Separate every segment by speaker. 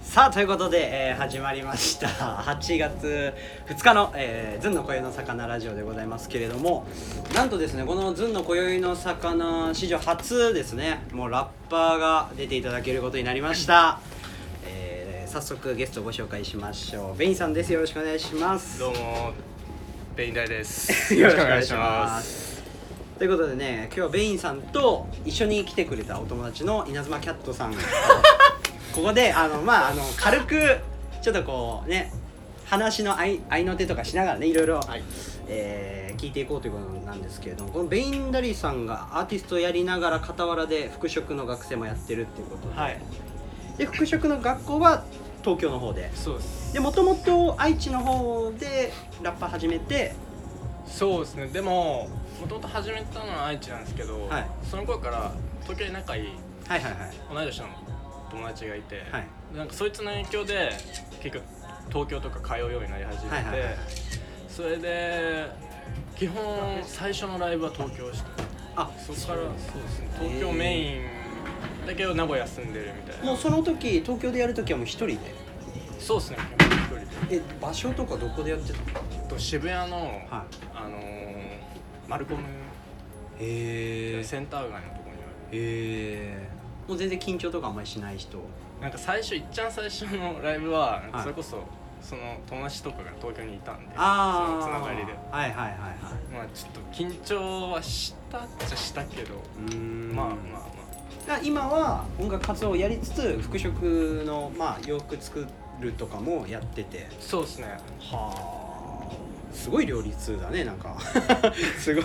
Speaker 1: さあということで、えー始まりました8月2日の、えー、ずんの今宵の魚ラジオでございますけれどもなんとですねこのずんの今宵の魚史上初ですねもうラッパーが出ていただけることになりました、えー早速ゲストをご紹介しましょうベインさんですよろしくお願いします
Speaker 2: どうも、ベインダイです。
Speaker 1: よろしくお願いします。ということでね今日はベインさんと一緒に来てくれたお友達の稲妻キャット さんここであのまああの軽くちょっとこうね話の合い合いの手とかしながらねいろいろ、
Speaker 2: い
Speaker 1: えー聞いていこうということなんですけれどもこのベインダリーさんがアーティストをやりながら傍らで服飾の学生もやってるっていうことで,、
Speaker 2: はい、
Speaker 1: で服飾の学校は東京の方で
Speaker 2: そうです。
Speaker 1: でもともと愛知の方でラッパ始めて
Speaker 2: そうですね。でも、もともと始めたのは愛知なんですけど、
Speaker 1: はい
Speaker 2: その頃から東京に仲いい
Speaker 1: はいはいはい
Speaker 2: 同い年の友達がいて、
Speaker 1: はい
Speaker 2: なんかそいつの影響で結局東京とか通うようになり始めて、
Speaker 1: はいはいはいはい
Speaker 2: それで基本最初のライブは東京して、
Speaker 1: あ
Speaker 2: そこからそうですね。東京メインだけど名古屋住んでるみたいな。
Speaker 1: もうその時東京でやる時はもう一人で
Speaker 2: そうですね。基本一人で。
Speaker 1: え場所とかどこでやってたの
Speaker 2: えっと渋谷の、
Speaker 1: は
Speaker 2: あのーマルコム
Speaker 1: いへ
Speaker 2: センター街のところにある、
Speaker 1: えもう全然緊張とかあんまりしない人
Speaker 2: なんか最初いっちゃん最初のライブはな
Speaker 1: は
Speaker 2: んか
Speaker 1: い
Speaker 2: それこそ、その友達とかが東京にいたんで
Speaker 1: ああ
Speaker 2: そのつながりで
Speaker 1: はいはいはいは
Speaker 2: まあちょっと緊張はしたっちゃしたけど、
Speaker 1: いうーん
Speaker 2: まあまあま
Speaker 1: あ今は音楽活動をやりつつ服飾の、まあ、洋服作るとかもやってて
Speaker 2: あそうですね
Speaker 1: はあすごい両立だねなん かすごい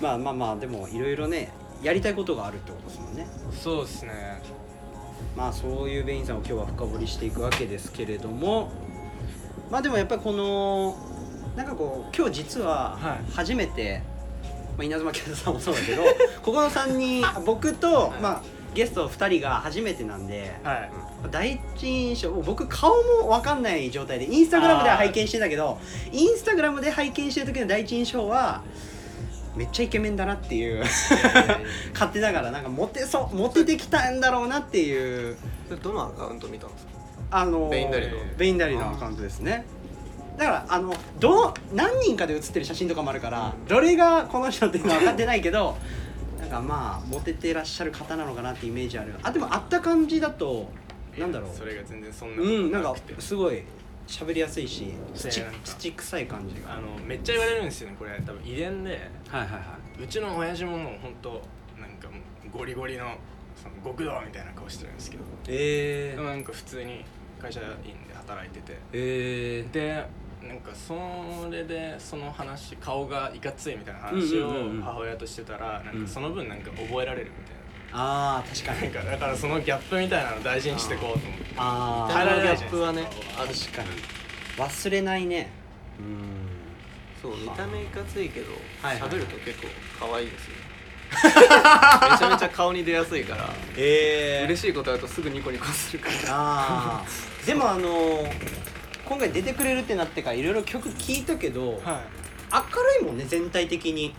Speaker 1: まあまあまあでもいろいろねやりたいことがあるってことですもんね
Speaker 2: そうですね
Speaker 1: まあそういうベインさんを今日は深掘りしていくわけですけれどもまあでもやっぱりこのなんかこう今日実は
Speaker 2: はい
Speaker 1: 初めて、まあ、稲妻キャラさんもそうだ けどここの3人僕と、
Speaker 2: はい
Speaker 1: まあ、ゲスト2人が初めてなんで、
Speaker 2: はい
Speaker 1: 第一印象もう僕顔も分かんない状態でインスタグラムでは拝見してたけどインスタグラムで拝見してる時の第一印象はめっちゃイケメンだなっていう 勝手ながらなんかモテそうモテてきたんだろうなっていう
Speaker 3: それどのアカウント見たんですか
Speaker 1: あの
Speaker 3: ベインダリの
Speaker 1: ベインダリのアカウントですねだからあのどう何人かで写ってる写真とかもあるから、どれがこの人っていうのは分かってないけどなんかまあモテてらっしゃる方なのかなってイメージあるあでもあった感じだとなんだろう
Speaker 2: それが全然そんな
Speaker 1: うんなんか
Speaker 2: くて
Speaker 1: すごい喋りやすいし土
Speaker 2: なんか
Speaker 1: 土臭い感じが
Speaker 2: あのめっちゃ言われるんですよねこれ多分遺伝で
Speaker 1: はいはいは
Speaker 2: うちの親父ももう本当なんかもうゴリゴリのその極道みたいな顔してるんですけど
Speaker 1: いえ
Speaker 2: でもなんか普通に会社員で働いてて
Speaker 1: え
Speaker 2: でなんかそれでその話顔がいかついみたいな話を
Speaker 1: うんうんうんうん
Speaker 2: 母親としてたらなん
Speaker 1: うん
Speaker 2: かその分なんか覚えられるみた
Speaker 1: ああ確か
Speaker 2: い
Speaker 1: に
Speaker 2: ななんかだからそのギャップみたいなの大事にしていこうと思って
Speaker 1: あ
Speaker 2: 変え
Speaker 1: あ
Speaker 2: られ
Speaker 3: ギ
Speaker 2: な
Speaker 3: ャ
Speaker 2: いじゃないですか
Speaker 3: ップはねあるし
Speaker 1: 確かに忘れないねうん
Speaker 3: そう見た目いかついけど
Speaker 1: はいはい
Speaker 3: 喋ると結構可愛いですよめちゃめちゃ顔に出やすいから
Speaker 1: え
Speaker 3: 嬉しいことだとすぐニコニコするから
Speaker 1: ああでもあの今回出てくれるってなってからいろいろ曲聴いたけど、
Speaker 2: はい
Speaker 1: 明るいもんね全体的に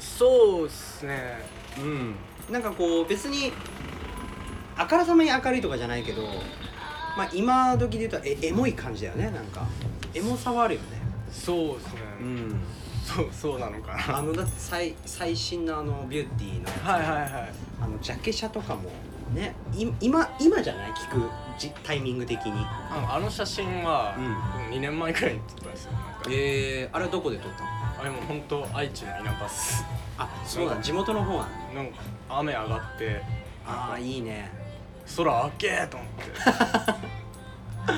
Speaker 2: そうっすね
Speaker 1: うんなんかこう別にあからさまに明るいとかじゃないけどまあ今時で言うとえエモい感じだよねなんかエモさはあるよ ね
Speaker 2: そうっすね、
Speaker 1: ん
Speaker 2: そうそうなのかな
Speaker 1: あのだって最最新のあのビューティーの
Speaker 2: はいはいはい
Speaker 1: あのジャケ写とかもねい今今じゃない聞くじタイミング的に
Speaker 2: あのあの写真は
Speaker 1: うん
Speaker 2: 2年前くらいに撮ったんですよなんか
Speaker 1: えー、あれはどこで撮ったの
Speaker 2: あれもう本当愛知の田舎っす
Speaker 1: あそうだ地元の方は
Speaker 2: なんか雨上がって
Speaker 1: ああいいね
Speaker 2: 空開けーと思って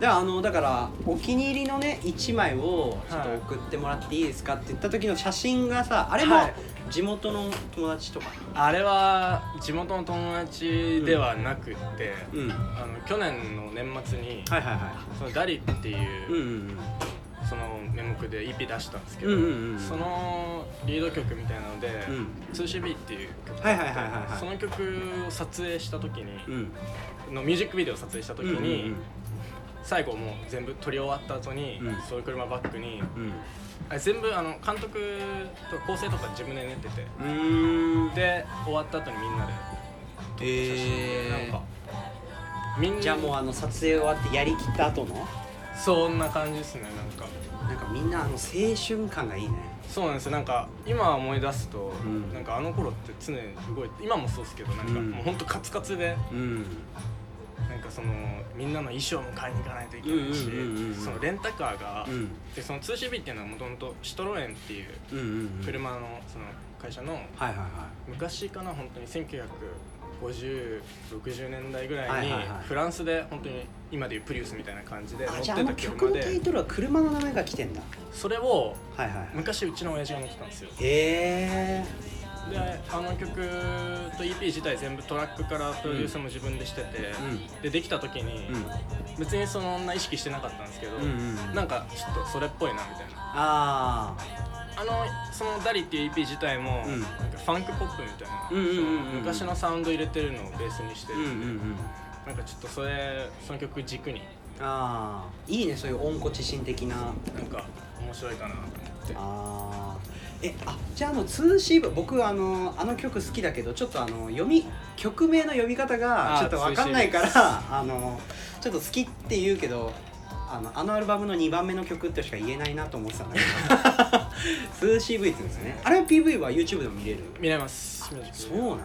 Speaker 1: であのだからお気に入りのね1枚をちょっと送ってもらっていいですかって言った時の写真がさあれも
Speaker 2: はい
Speaker 1: 地元の友達とか、
Speaker 2: あれは地元の友達ではなくって、
Speaker 1: うんはい
Speaker 2: あの去年の年末に、
Speaker 1: はいは
Speaker 2: そのダリっていう、
Speaker 1: うん
Speaker 2: その名目で EP 出したんですけど、
Speaker 1: うんうんうん
Speaker 2: そのリード曲みたいなので
Speaker 1: うんうん
Speaker 2: 「2CB」っていう曲
Speaker 1: はいはいはいは
Speaker 2: そ
Speaker 1: いはい
Speaker 2: の曲を撮影した時に、
Speaker 1: うん
Speaker 2: のミュージックビデオを撮影した時に、
Speaker 1: うん
Speaker 2: 最後もう全部撮り終わった後に、
Speaker 1: うん
Speaker 2: そういう車バックに
Speaker 1: うん
Speaker 2: あれ全部あの監督と構成とか自分で練ってて
Speaker 1: うんうんうーん
Speaker 2: で終わった後にみんなで
Speaker 1: え
Speaker 2: 写真でなんかみんな
Speaker 1: じゃあもうあの撮影終わってやりきった後の
Speaker 2: そんな感じですねなんか
Speaker 1: なんかみんなあの青春感がいいね
Speaker 2: そうなんですよなんか今思い出すと、
Speaker 1: うん
Speaker 2: なんかあの頃って常に動いて今もそうですけどなんか、
Speaker 1: うん
Speaker 2: もうほんとカツカツで
Speaker 1: うん
Speaker 2: なんかそのみんなの衣装も買いに行かないといけないし、
Speaker 1: うんうんうんうんうん
Speaker 2: そのレンタカーが、
Speaker 1: うん
Speaker 2: でその 2CB っていうのはもともとシトロエンっていう
Speaker 1: うんうんうん
Speaker 2: 車のその会社の
Speaker 1: はいはいは
Speaker 2: 昔かな本当に195060年代ぐらいに
Speaker 1: はいはいはい
Speaker 2: フランスで本当に今でいうプリウスみたいな感じで乗っ
Speaker 1: いあ
Speaker 2: て
Speaker 1: じゃ
Speaker 2: た
Speaker 1: ああの曲
Speaker 2: 車
Speaker 1: のタイ
Speaker 2: で
Speaker 1: トルは車の名前が来てんだ
Speaker 2: それを
Speaker 1: はいはいはい
Speaker 2: 昔うちの親父が乗ってたんですよ
Speaker 1: へえ
Speaker 2: であの曲と EP 自体全部トラックからプロデュースも自分でしてて、でできた時に、
Speaker 1: うん
Speaker 2: 別にそんな意識してなかったんですけど、
Speaker 1: うんうんうん
Speaker 2: なんかちょっとそれっぽいなみたいな
Speaker 1: あ
Speaker 2: あのその「ダリ」っていう EP 自体も、
Speaker 1: うん
Speaker 2: なんかファンクポップみたいな、
Speaker 1: うんうんうんうん
Speaker 2: その昔のサウンド入れてるのをベースにして
Speaker 1: あ
Speaker 2: る、
Speaker 1: うんうんうん
Speaker 2: なんかちょっとそれその曲軸に
Speaker 1: ああいいねそういう温故知新的な
Speaker 2: なんか面白いかなと思って
Speaker 1: あーえあじゃああの 2C 僕あのあの曲好きだけどちょっとあの読み曲名の読み方が
Speaker 2: あー
Speaker 1: ちょっと分かんないからあのちょっと好きって言うけどあのあのアルバムの2番目の曲ってしか言えないなと思ってたんだ けど 2CV って言うんですよねあれは PV は YouTube でも見れる
Speaker 2: 見れます
Speaker 1: そうなんだ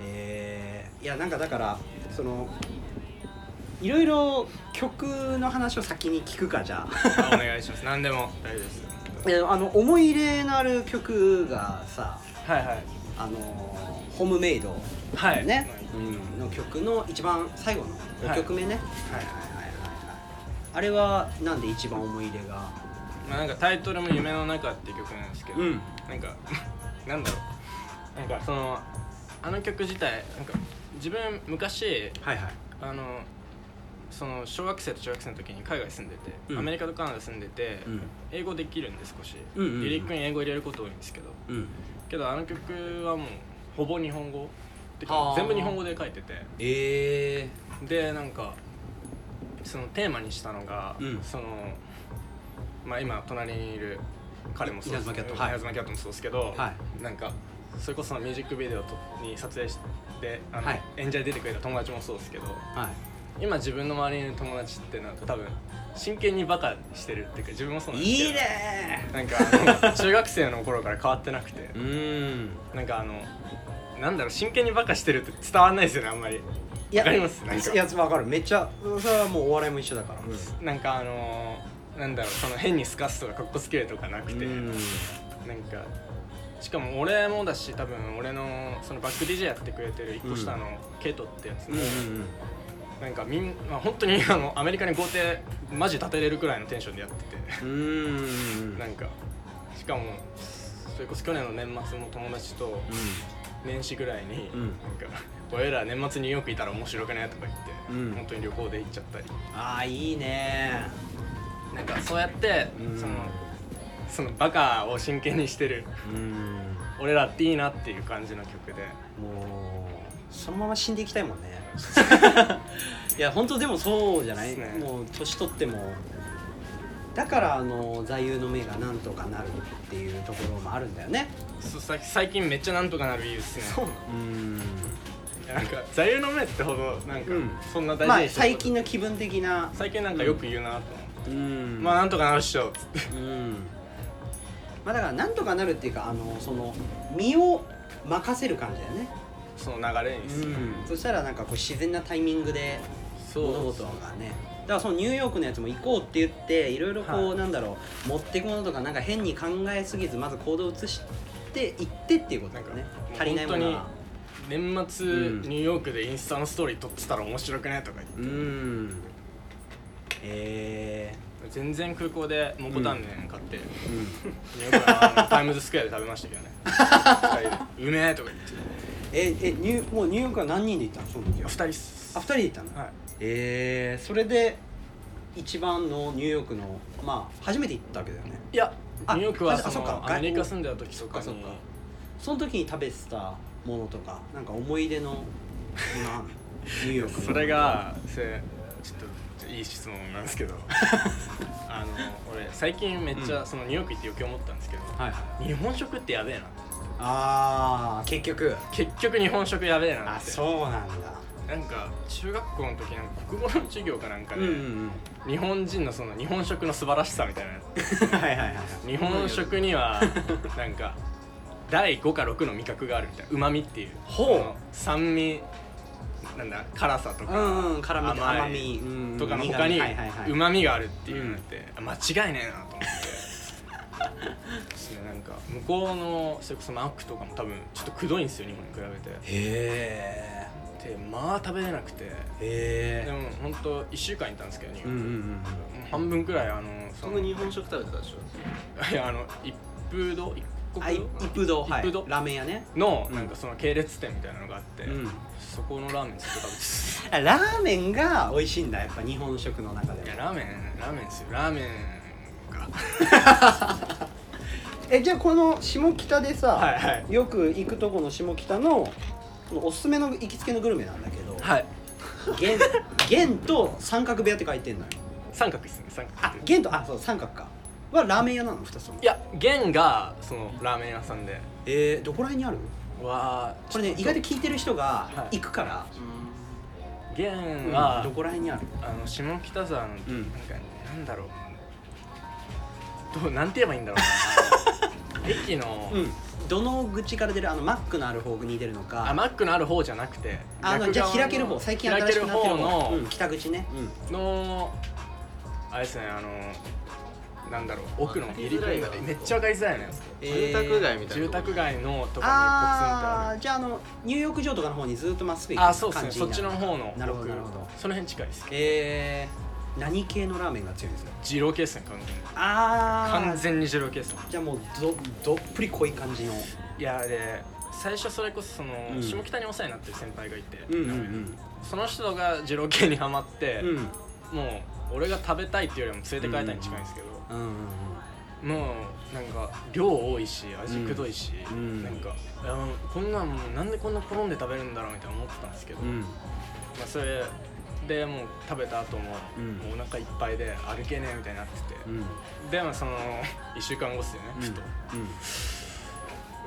Speaker 1: えーいやなんかだからそのいろいろ曲の話を先に聞くかじゃ あ
Speaker 2: あお願いします何でも大丈夫です
Speaker 1: えーあの思い入れのある曲がさ
Speaker 2: はいはい
Speaker 1: あのーホームメイド、
Speaker 2: はい
Speaker 1: ね、うんの曲の一番最後の5
Speaker 2: はい
Speaker 1: 曲目ね、はい、はいはいはいあれはなんで一番思い入れが
Speaker 2: まあ、なんかタイトルも「夢の中」っていう曲なんですけど、
Speaker 1: うん
Speaker 2: なんか なんだろうなんかそのあの曲自体なんか自分昔
Speaker 1: はいはい
Speaker 2: あのその小学生と中学生の時に海外住んでて、
Speaker 1: うん
Speaker 2: アメリカとカナダ住んでて、
Speaker 1: うん
Speaker 2: 英語できるんで少し、
Speaker 1: うんうんうん
Speaker 2: リリックに英語入れること多いんですけど
Speaker 1: うん
Speaker 2: けどあの曲はもうほぼ日本語って
Speaker 1: は
Speaker 2: か
Speaker 1: あ
Speaker 2: 全部日本語で書いてて
Speaker 1: え
Speaker 2: でなんかそのテーマにしたのが、
Speaker 1: うん
Speaker 2: そのまあ今隣にいる彼もそうです
Speaker 1: 稲妻キャットはい
Speaker 2: 稲妻キャットもそうですけど、
Speaker 1: は
Speaker 2: なんかそれこそミュージックビデオとに撮影してあの、
Speaker 1: はい
Speaker 2: 演者で出てくれた友達もそうですけど
Speaker 1: ー、はい
Speaker 2: 今自分の周りにいる友達ってなんか多分真剣にバカしてるっていうか自分もそうなんですけど
Speaker 1: いいね
Speaker 2: なんかあの中学生の頃から変わってなくて
Speaker 1: ーうん
Speaker 2: なんかあのなんだろう真剣にバカしてるって伝わんないですよねあんまり
Speaker 1: いや
Speaker 2: わかりますなんか
Speaker 1: いやわかるめっちゃそれはもうお笑いも一緒だから
Speaker 2: なんかあのなんだろうその変にすかすとかかっこつけるとかなくて、
Speaker 1: うん
Speaker 2: なんかしかも俺もだし多分俺のそのバック DJ やってくれてる1個下のケイトってやつ
Speaker 1: うん
Speaker 2: も、なんかみん、まあ、本当にあのアメリカに豪邸マジ立てれるくらいのテンションでやってて
Speaker 1: うんうんうん
Speaker 2: なんかしかもそれこそ去年の年末も友達と年始ぐらいに、
Speaker 1: うん
Speaker 2: なんか 「俺ら年末ニューヨークいたら面白くね」とか言って、
Speaker 1: うん
Speaker 2: 本当に旅行で行っちゃったり
Speaker 1: ああいいね
Speaker 2: なんかそうやって、
Speaker 1: うん
Speaker 2: そのそのバカを真剣にしてる
Speaker 1: うん
Speaker 2: 俺らっていいなっていう感じの曲で
Speaker 1: もうそのまま死んでいきたいもんね いや本当でもそうじゃない、
Speaker 2: っすね
Speaker 1: もう年取ってもだからあの座右の銘がなんとかなるっていうところもあるんだよね
Speaker 2: そさ最近めっちゃなんとかなる理由っすね
Speaker 1: うん
Speaker 2: いやなんか座右の銘ってほどなん
Speaker 1: う
Speaker 2: か、
Speaker 1: ん
Speaker 2: そんな大事
Speaker 1: ま
Speaker 2: に
Speaker 1: あ
Speaker 2: してる
Speaker 1: 最
Speaker 2: こと
Speaker 1: 近の気分的な
Speaker 2: 最近なんかよく言うなと思って、
Speaker 1: うん
Speaker 2: まあなんとかなるっしょっつって
Speaker 1: うんまあだからなんとかなるっていうかあのその身を任せる感じだよね、
Speaker 2: その流れにする、
Speaker 1: そしたらなんかこう自然なタイミングで
Speaker 2: そう
Speaker 1: 物事がねだからそのニューヨークのやつも行こうって言っていろいろこう、
Speaker 2: はい
Speaker 1: なんだろう持っていくものとかなんか変に考えすぎずまず行動を移して行ってっていうことだよね
Speaker 2: なんか
Speaker 1: 足りないものは
Speaker 2: 年末、
Speaker 1: うん
Speaker 2: ニューヨークでインスタのストーリー撮ってたら面白くねとか言って
Speaker 1: うんえ
Speaker 2: 全然空港でモコタンメン買って、
Speaker 1: ー、うん、
Speaker 2: ニューヨークのあのタイムズスクエアで食べましたけど ね二人でうめえとか言って
Speaker 1: ええニューもうニューヨークは何人で行ったのその時
Speaker 2: お
Speaker 1: は
Speaker 2: 二人っす
Speaker 1: あ二人で行ったの、
Speaker 2: はい
Speaker 1: えー、それで一番のニューヨークのまあ初めて行ったわけだよね
Speaker 2: いやニ
Speaker 1: あ
Speaker 2: ューヨークは
Speaker 1: あ
Speaker 2: そ
Speaker 1: そっか
Speaker 2: のアメリカ住んでた時とか
Speaker 1: そっ
Speaker 2: に
Speaker 1: かそっかその時に食べてたものとかなんか思い出の今ニューヨークの
Speaker 2: それがそれちょっといい質問なん ですけどあの俺最近めっちゃそのニューヨーク行って余計思ったんですけど、
Speaker 1: はいはい
Speaker 2: 日本食ってやべえなって
Speaker 1: ああ結局
Speaker 2: 結局日本食やべえな
Speaker 1: あ
Speaker 2: って
Speaker 1: そうなんだ
Speaker 2: なんか中学校の時なんか国語の授業かなんか
Speaker 1: う
Speaker 2: で、
Speaker 1: んうん
Speaker 2: 日本人のその日本食の素晴らしさみたいなやつ
Speaker 1: うん はいはいはいはい
Speaker 2: 日本食 にはなんか第5か6の味覚があるみたいなうまみっていう
Speaker 1: ほう
Speaker 2: その酸味なんだ辛さとか、
Speaker 1: うんうん辛みと甘
Speaker 2: い
Speaker 1: みうん
Speaker 2: とかの
Speaker 1: 苦み
Speaker 2: 他に
Speaker 1: はいはいはいう
Speaker 2: まみがあるっていうのって、間違いねえなと思って ですねなんか向こうのそれこそマックとかも多分ちょっとくどいんですよ日本に比べ
Speaker 1: へ
Speaker 2: てでまあ食べれなくて
Speaker 1: えへ
Speaker 2: で
Speaker 1: え
Speaker 2: も本当1週間いたんですけど日
Speaker 1: うん
Speaker 2: 本、
Speaker 1: うんう
Speaker 2: もうん半分くらいあの
Speaker 3: そ
Speaker 2: そ
Speaker 3: んな日本食食べてたでし ょ
Speaker 2: いやあの一風堂一
Speaker 1: うん
Speaker 2: 国
Speaker 1: あい一
Speaker 2: 堂
Speaker 1: 風堂はい
Speaker 2: 一風堂
Speaker 1: ラーメン屋ね
Speaker 2: の
Speaker 1: うん
Speaker 2: なんかその系列店みたいなのがあって、
Speaker 1: うん
Speaker 2: そこのラーメンずっと食べてた
Speaker 1: あラーメンが美味しいんだやっぱ日本食の中
Speaker 2: い
Speaker 1: で
Speaker 2: や
Speaker 1: は
Speaker 2: ラーメンラーメンですよラーメン が
Speaker 1: えじゃあこの下北でさ、
Speaker 2: はいはい
Speaker 1: よく行くとこの下北のおすすめの行きつけのグルメなんだけど
Speaker 2: はい
Speaker 1: 玄玄と三角部屋って書いてんのよ
Speaker 2: 三角ですね三角
Speaker 1: あ玄とあそう三角かはラーメン屋なの2つとも
Speaker 2: いや玄がそのラーメン屋さんで
Speaker 1: えー、どこら辺にある
Speaker 2: わあ
Speaker 1: これね意外と聞いてる人が
Speaker 2: はい
Speaker 1: 行くから、
Speaker 2: 玄
Speaker 1: うん
Speaker 2: は、
Speaker 1: どこら辺にある
Speaker 2: あの下北沢の、
Speaker 1: うん
Speaker 2: なんかなんだろうどうなんて言えばいいんだろ うな駅の、
Speaker 1: うんどの口から出るあのマックのある方に出るの
Speaker 2: あ
Speaker 1: か
Speaker 2: マックのある方じゃなくて
Speaker 1: あの
Speaker 2: 逆
Speaker 1: じゃあ開
Speaker 2: 側の
Speaker 1: ける方最近新しくなってる方
Speaker 2: 開ける方の、
Speaker 1: うん、北口ね、
Speaker 2: のあれですねあのなんだろう奥の入り組んだ
Speaker 3: わかりづらいな
Speaker 2: めっちゃ分かりづらいのよ
Speaker 1: え
Speaker 3: 住宅街みたいな
Speaker 2: 住
Speaker 3: とこ
Speaker 2: 宅街の
Speaker 1: ああ
Speaker 2: とかにポツンとある
Speaker 1: じゃああのニューヨーク城とかの方にずっとまっすぐ行
Speaker 2: あ
Speaker 1: く
Speaker 2: あそうです
Speaker 1: 感
Speaker 2: ね
Speaker 1: じに
Speaker 2: そっ
Speaker 1: なる
Speaker 2: ちの方の
Speaker 1: なるほど
Speaker 2: 奥
Speaker 1: なるほど
Speaker 2: その辺近いです
Speaker 1: えー、何系のラーメンが強いんですか
Speaker 2: 二郎系ですね完全に
Speaker 1: ああ
Speaker 2: 完全に二郎系ですね
Speaker 1: じゃあもうどどっぷり濃い感じの
Speaker 2: いやで最初それこそその、
Speaker 1: うん
Speaker 2: 下北にお世話になってる先輩がいて、
Speaker 1: ん
Speaker 2: その人が二郎系にはまって、
Speaker 1: うんうん
Speaker 2: もう俺が食べたいっていうよりも連れて帰ったに近いんですけど、
Speaker 1: うん
Speaker 2: もうなんか量多いし味くどいし、
Speaker 1: うん
Speaker 2: なんかいやもうこんなんもうなんでこんな転んで食べるんだろうみたいな思ってたんですけど、
Speaker 1: うん
Speaker 2: まあ、それでもう食べた後も,、
Speaker 1: うん
Speaker 2: もうお腹いっぱいで歩けねえみたいになってて、
Speaker 1: うん
Speaker 2: でもその1 週間後っすよね、ふと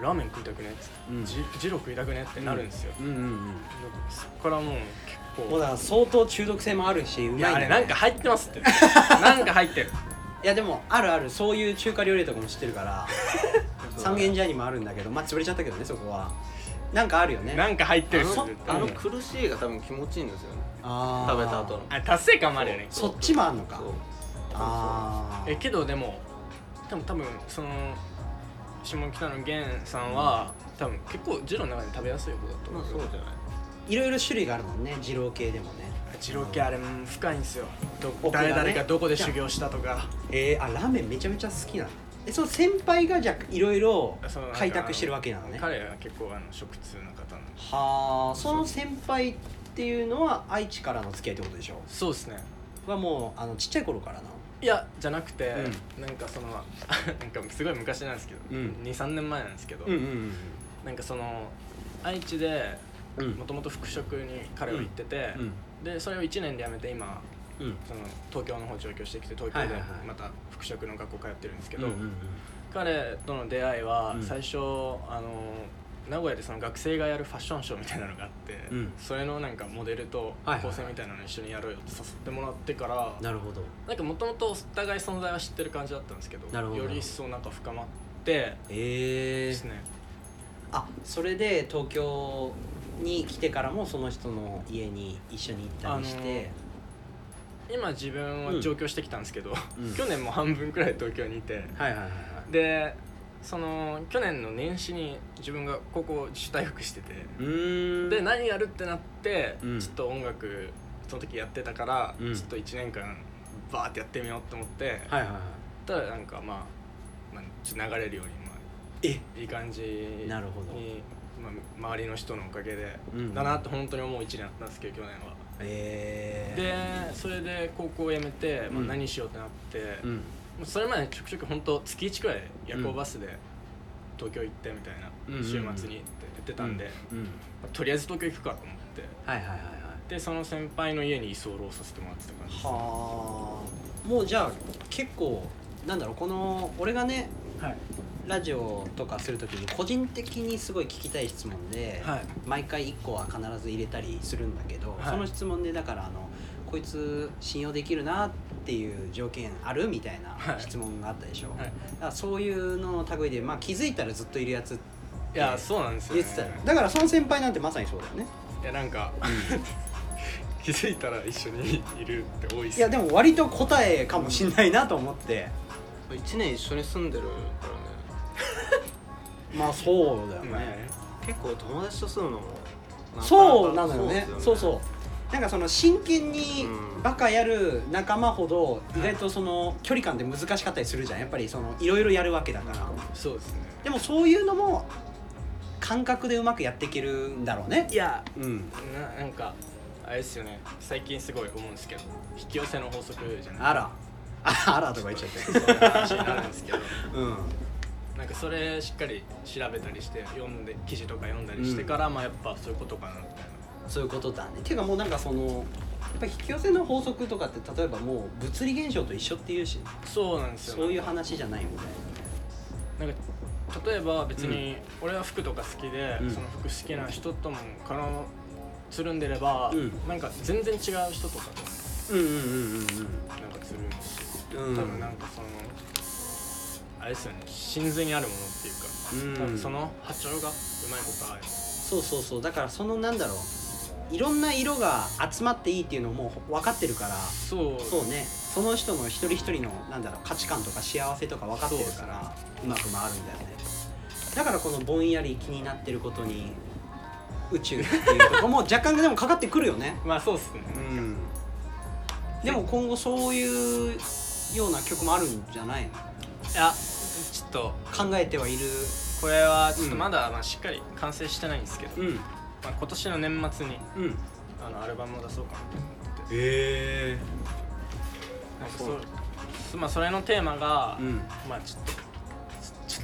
Speaker 2: ラーメン食いたくねっつって、
Speaker 1: うん
Speaker 2: じジロ食いたくねってなるんですよ、
Speaker 1: うんうんうん
Speaker 2: でそっからもう結
Speaker 1: もう
Speaker 2: 構
Speaker 1: だから相当中毒性もあるしうまい
Speaker 2: い
Speaker 1: んだ
Speaker 2: や
Speaker 1: よ
Speaker 2: あ
Speaker 1: ね
Speaker 2: れなんか入ってますって なんか入ってる
Speaker 1: いやでもあるあるそういう中華料理とかも知ってるから三軒茶屋にもあるんだけどまあ潰れちゃったけどねそこはなんかあるよね
Speaker 2: なんか入ってるっす
Speaker 3: あの
Speaker 2: 絶対
Speaker 3: あの苦しいが多分気持ちいいんですよね
Speaker 1: あー
Speaker 3: 食べた後の
Speaker 2: あ達成感もあるよね
Speaker 1: そっちもあんのか
Speaker 3: そう
Speaker 1: あ
Speaker 2: えけどでもでも多分その下北の源さんは、多分結構ジローの中で食べやすい方だと
Speaker 3: ま
Speaker 2: 思
Speaker 3: あ
Speaker 2: う
Speaker 3: そうじゃない
Speaker 1: いろいろ種類があるもんね二郎系でもね
Speaker 2: ジロー系あれうん深いんですよど
Speaker 1: 奥がね
Speaker 2: 誰々がどこで修行したとか
Speaker 1: えー、あラーメンめちゃめちゃ好きなのえその先輩がじゃあいろいろ
Speaker 2: そうなんか
Speaker 1: 開拓してるわけなのね
Speaker 2: 彼は結構あの食通の方の
Speaker 1: はあその先輩っていうのは愛知からの付き合いってことでしょ
Speaker 2: そうですね
Speaker 1: はもうあのちっちゃい頃からの
Speaker 2: いやじゃなくて、なんかその なんかすごい昔なんですけど、
Speaker 1: うん
Speaker 2: 23年前なんですけど、
Speaker 1: ん
Speaker 2: なんかその愛知で
Speaker 1: うんうん
Speaker 2: もともと服飾に彼は行ってて、
Speaker 1: うん
Speaker 2: でそれを1年で辞めて今
Speaker 1: うん
Speaker 2: その東京の方上京してきて東京
Speaker 1: はい
Speaker 2: で
Speaker 1: はいはい
Speaker 2: また服飾の学校通ってるんですけ
Speaker 1: け
Speaker 2: ど、彼との出会いは
Speaker 1: うん
Speaker 2: 最初、あの名古屋でその学生がやるファッションショーみたいなのがあって、
Speaker 1: うん
Speaker 2: それのなんかモデルと
Speaker 1: はいはい
Speaker 2: 構成みたいなの一緒にやろうよって誘ってもらってから、
Speaker 1: なるほど
Speaker 2: なんかもともとお互い存在は知ってる感じだったんですけど
Speaker 1: なるほど
Speaker 2: より一層なんか深まって
Speaker 1: ええ
Speaker 2: ですね
Speaker 1: あそれで東京に来てからもその人の家に一緒に行ったりして、
Speaker 2: 今自分は上京してきたんですけど、
Speaker 1: うん
Speaker 2: 去年も半分くらい東京にいて
Speaker 1: はいはいはいはい
Speaker 2: でその去年の年始に自分が高校自主退学してて、
Speaker 1: うーん
Speaker 2: で何やるってなって、
Speaker 1: うん
Speaker 2: ちょっと音楽その時やってたから、
Speaker 1: うん
Speaker 2: ちょっと1年間バーってやってみようと思って、
Speaker 1: はいはいは
Speaker 2: たらなんかまあ、まあ、ちょっと流れるように、ま
Speaker 1: いえ
Speaker 2: あ、いい感じに
Speaker 1: なるほど
Speaker 2: まあ、周りの人のおかげで、
Speaker 1: うん
Speaker 2: だなって本当に思う1年だったんですけど去年は。
Speaker 1: ええ
Speaker 2: でそれで高校を辞めて、ま
Speaker 1: う
Speaker 2: あ、
Speaker 1: ん
Speaker 2: 何しようってなって、
Speaker 1: う
Speaker 2: も
Speaker 1: ん
Speaker 2: うそれまでちょくちょく本当月1くらい夜行バスで東京行ってみたいな、
Speaker 1: うん
Speaker 2: 週末にって言ってたんで、
Speaker 1: うん、うん
Speaker 2: とりあえず東京行くかと思って。
Speaker 1: はいはいはいはい
Speaker 2: でその先輩の家に居候させてもらってた感じ
Speaker 1: はあもうじゃあ結構なんだろうこの俺がね
Speaker 2: はい
Speaker 1: ラジオとかするときに個人的にすごい聞きたい質問で、
Speaker 2: はい
Speaker 1: 毎回1個は必ず入れたりするんだけど、
Speaker 2: はい
Speaker 1: その質問でだからあのこいつ信用できるなっていう条件あるみたいな
Speaker 2: はい
Speaker 1: 質問があったでしょ、
Speaker 2: はい
Speaker 1: だからそういうのの類で、まあ、気づいたらずっといるやつ
Speaker 2: いやそうなんですよ、
Speaker 1: 言
Speaker 2: ね、
Speaker 1: ってたよだからその先輩なんてまさにそうだよね
Speaker 2: いやなんか 気づいたら一緒にいるって多いっす、ね、
Speaker 1: いやでも割と答えかもしんないなと思って
Speaker 3: 1年一緒に住んでるから
Speaker 1: まあそうだよね、
Speaker 3: ね結構友達と住むのもなかなか
Speaker 1: そうなのよね
Speaker 3: っす
Speaker 1: そうそうなんかその真剣に
Speaker 3: うん
Speaker 1: バカやる仲間ほど意外とその距離感って難しかったりするじゃんやっぱりそのいろいろやるわけだから
Speaker 2: そうですね
Speaker 1: でもそういうのも感覚でうまくやっていけるんだろうね
Speaker 2: いや
Speaker 1: うん
Speaker 2: ななんかあれですよね最近すごい思うんですけど引き寄せの法則じゃない
Speaker 1: あらああらとか言っちゃって
Speaker 2: そういう話にな るんですけど
Speaker 1: うん
Speaker 2: なんかそれしっかり調べたりして読んで記事とか読んだりしてから、まあやっぱそういうことかなみたい
Speaker 1: そういうことだねていうかもうなんかそのやっぱ引き寄せの法則とかって例えばもう物理現象と一緒っていうし
Speaker 2: なそうなんですよ
Speaker 1: そういう話じゃないみたい
Speaker 2: なんか例えば別に俺は服とか好きで、
Speaker 1: うん
Speaker 2: その服好きな人ともからつるんでれば、
Speaker 1: うん
Speaker 2: なんか全然違う人とかと
Speaker 1: なうんうんうん
Speaker 2: なんかつるんでし、
Speaker 1: うんうん
Speaker 2: 多分なんかそのあれですよね真髄にあるものっていうか、
Speaker 1: うん
Speaker 2: 多分その波長がうまいこと合え
Speaker 1: そうそうそうだからそのなんだろういろんな色が集まっていいっていうのも分かってるから
Speaker 2: そう
Speaker 1: そうねその人の一人一人のなんだろう価値観とか幸せとか分かってるからうまく回るんだよねだからこのぼんやり気になってることに宇宙っていうとこも若干でもかかってくるよ ね
Speaker 2: まあそうっすね、
Speaker 1: うんでも今後そういうような曲もあるんじゃないの
Speaker 2: いやちょっと
Speaker 1: 考えてはいる
Speaker 2: これはちょっ
Speaker 1: う
Speaker 2: と
Speaker 1: ん
Speaker 2: まだ、まあ、しっかり完成してないんですけど、
Speaker 1: うん
Speaker 2: まあ、今年の年末に
Speaker 1: うん
Speaker 2: あのアルバムを出そうかなと思ってて
Speaker 1: へえ
Speaker 2: なんかそうまあそれのテーマが、
Speaker 1: うん
Speaker 2: まあちょっとち